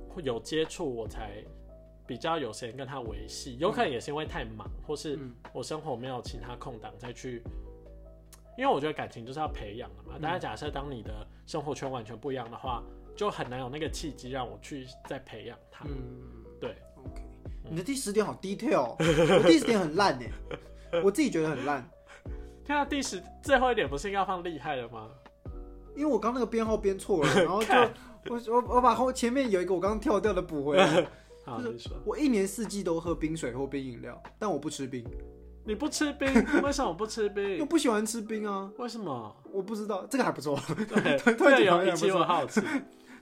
Speaker 1: 会有接触，我才比较有时间跟他维系，有可能也是因为太忙，或是
Speaker 2: 嗯
Speaker 1: 我生活没有其他空档再去，因为我觉得感情就是要培养的嘛。
Speaker 2: 嗯
Speaker 1: 但是假设当你的生活圈完全不一样的话，就很难有那个契机让我去再培养它。
Speaker 2: 嗯，
Speaker 1: 对嗯
Speaker 2: ，OK，你的第十点好
Speaker 1: *laughs*
Speaker 2: detail，哦我第十点很烂哎，我自己觉得很烂，
Speaker 1: 天啊，第十最后一点不是应该要放厉害的吗？
Speaker 2: 因为我刚那个编号编错了，然后就
Speaker 1: 看
Speaker 2: 我我我把后前面有一个我刚刚跳掉的补回来。
Speaker 1: *laughs* 好，
Speaker 2: 就是
Speaker 1: 你说
Speaker 2: 我一年四季都喝冰水或冰饮料，但我不吃冰，
Speaker 1: 你不吃冰，为什么不吃
Speaker 2: 又
Speaker 1: 冰？
Speaker 2: 不喜欢吃冰啊。
Speaker 1: 为
Speaker 2: *laughs*
Speaker 1: 什么？
Speaker 2: 我不知道这个还不错，
Speaker 1: 对，
Speaker 2: 突然
Speaker 1: 这个
Speaker 2: 间好像
Speaker 1: 有引
Speaker 2: 也
Speaker 1: 起
Speaker 2: 不
Speaker 1: 我
Speaker 2: 错
Speaker 1: 好奇。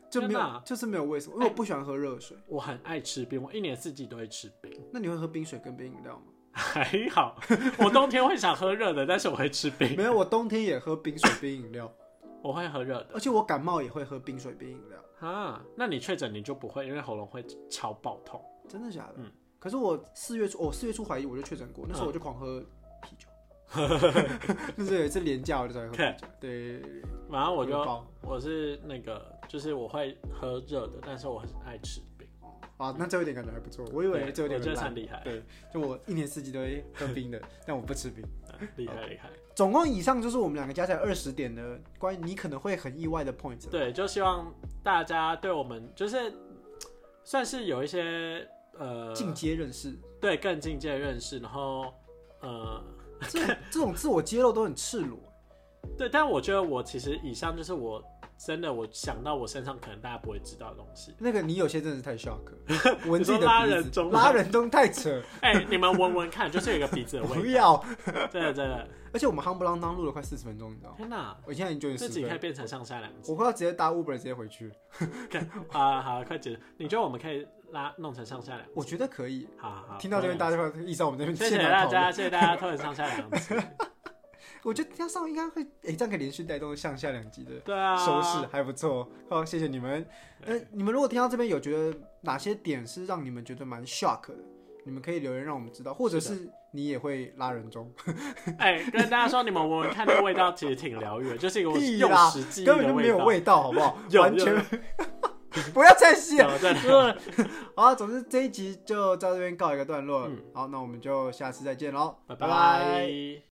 Speaker 2: 就没
Speaker 1: 真的啊
Speaker 2: 有就是没有为什么，因为我不喜欢喝热水。
Speaker 1: 我很爱吃冰，我一年四季都会吃冰。
Speaker 2: *laughs* 那你会喝冰水跟冰饮料吗？
Speaker 1: 还好，我冬天会想喝热的，但是我会吃冰
Speaker 2: 没，有，我冬天也喝冰水冰饮
Speaker 1: *laughs*
Speaker 2: 料，
Speaker 1: 我会喝热的。
Speaker 2: 而且我感冒也会喝冰水冰饮料，
Speaker 1: 啊，那你确诊你就不会，因为喉咙会超爆痛。
Speaker 2: 真的假的？
Speaker 1: 嗯
Speaker 2: 可是我四月初，我、哦四月初怀疑我就确诊过，那时候
Speaker 1: 嗯
Speaker 2: 我就狂喝啤
Speaker 1: *laughs*
Speaker 2: 酒， *laughs* 那是有一次廉价我就在喝啤酒，对，对对对
Speaker 1: 然后我
Speaker 2: 喝
Speaker 1: 就
Speaker 2: 爆
Speaker 1: 我是那个，就是我会喝热的，但是我很爱吃冰。
Speaker 2: 啊，那最后一点感觉还不错，我以为
Speaker 1: 对
Speaker 2: 最后一
Speaker 1: 我
Speaker 2: 点
Speaker 1: 觉
Speaker 2: 很
Speaker 1: 得很
Speaker 2: 烂，
Speaker 1: 厉害，
Speaker 2: 对，就我一年四季都会喝冰的， *laughs* 但我不吃冰。
Speaker 1: 嗯厉害厉害。
Speaker 2: 总共以上就是我们两个加起来二十点的关于你可能会很意外的 point。
Speaker 1: 对，就希望大家对我们就是算是有一些呃
Speaker 2: 进阶认识，
Speaker 1: 对更进阶的认识，然后呃
Speaker 2: 这种这种自我揭露都很赤裸。
Speaker 1: 对，但我觉得我其实以上就是我真的我想到我身上可能大家不会知道的东西。
Speaker 2: 那个你有些真的是太 shock，了
Speaker 1: *laughs*
Speaker 2: 闻自己
Speaker 1: 你说
Speaker 2: 的
Speaker 1: 拉
Speaker 2: 鼻
Speaker 1: 人
Speaker 2: 子
Speaker 1: 中，吗
Speaker 2: 拉人中太
Speaker 1: *laughs*
Speaker 2: 扯，
Speaker 1: 哎、你们闻闻看，就是有一个鼻子的
Speaker 2: 不
Speaker 1: 味
Speaker 2: 要。
Speaker 1: 道，真的真的，
Speaker 2: 而且我们夯不啷当录了快四十分钟，你知道吗？
Speaker 1: 天哪，
Speaker 2: 我现在已经
Speaker 1: 自
Speaker 2: 十
Speaker 1: 己可以
Speaker 2: 分，
Speaker 1: 变成上下两集
Speaker 2: 我快要直接搭 Uber 直接回去了。
Speaker 1: 啊！好，快结束。你觉得我们可以拉弄成上下两？
Speaker 2: 我觉得可以，
Speaker 1: 好好好，
Speaker 2: 听到这边
Speaker 1: 当
Speaker 2: 大家会意识到我们这边
Speaker 1: 然谢
Speaker 2: 现
Speaker 1: 谢
Speaker 2: 场
Speaker 1: 大
Speaker 2: 讨论
Speaker 1: 家，谢谢大家拖成上下两集。
Speaker 2: *laughs* 我觉得加上应该会，哎、这样可以连续带动上下两集的
Speaker 1: 对啊，
Speaker 2: 收视还不错。好，谢谢你们。呃，你们如果听到这边有觉得哪些点是让你们觉得蛮 shock 的，你们可以留言让我们知道，或者
Speaker 1: 是
Speaker 2: 是你也会拉人中，
Speaker 1: 哎，跟大家说，你们闻闻看，那个味道其实挺疗愈的，就是一个
Speaker 2: 屁
Speaker 1: 用
Speaker 2: 啦
Speaker 1: 实记忆
Speaker 2: 根本
Speaker 1: 的
Speaker 2: 就没有
Speaker 1: 道。
Speaker 2: 味道，好不
Speaker 1: *laughs*？
Speaker 2: 好
Speaker 1: 有
Speaker 2: 完全
Speaker 1: 有
Speaker 2: *laughs* 不要再
Speaker 1: *laughs*
Speaker 2: 吸了。
Speaker 1: 有对，
Speaker 2: 好啊，总之这一集就到这边告一个段落。
Speaker 1: 嗯
Speaker 2: 好，那我们就下次再见喽，*laughs*
Speaker 1: 拜
Speaker 2: 拜拜
Speaker 1: 拜。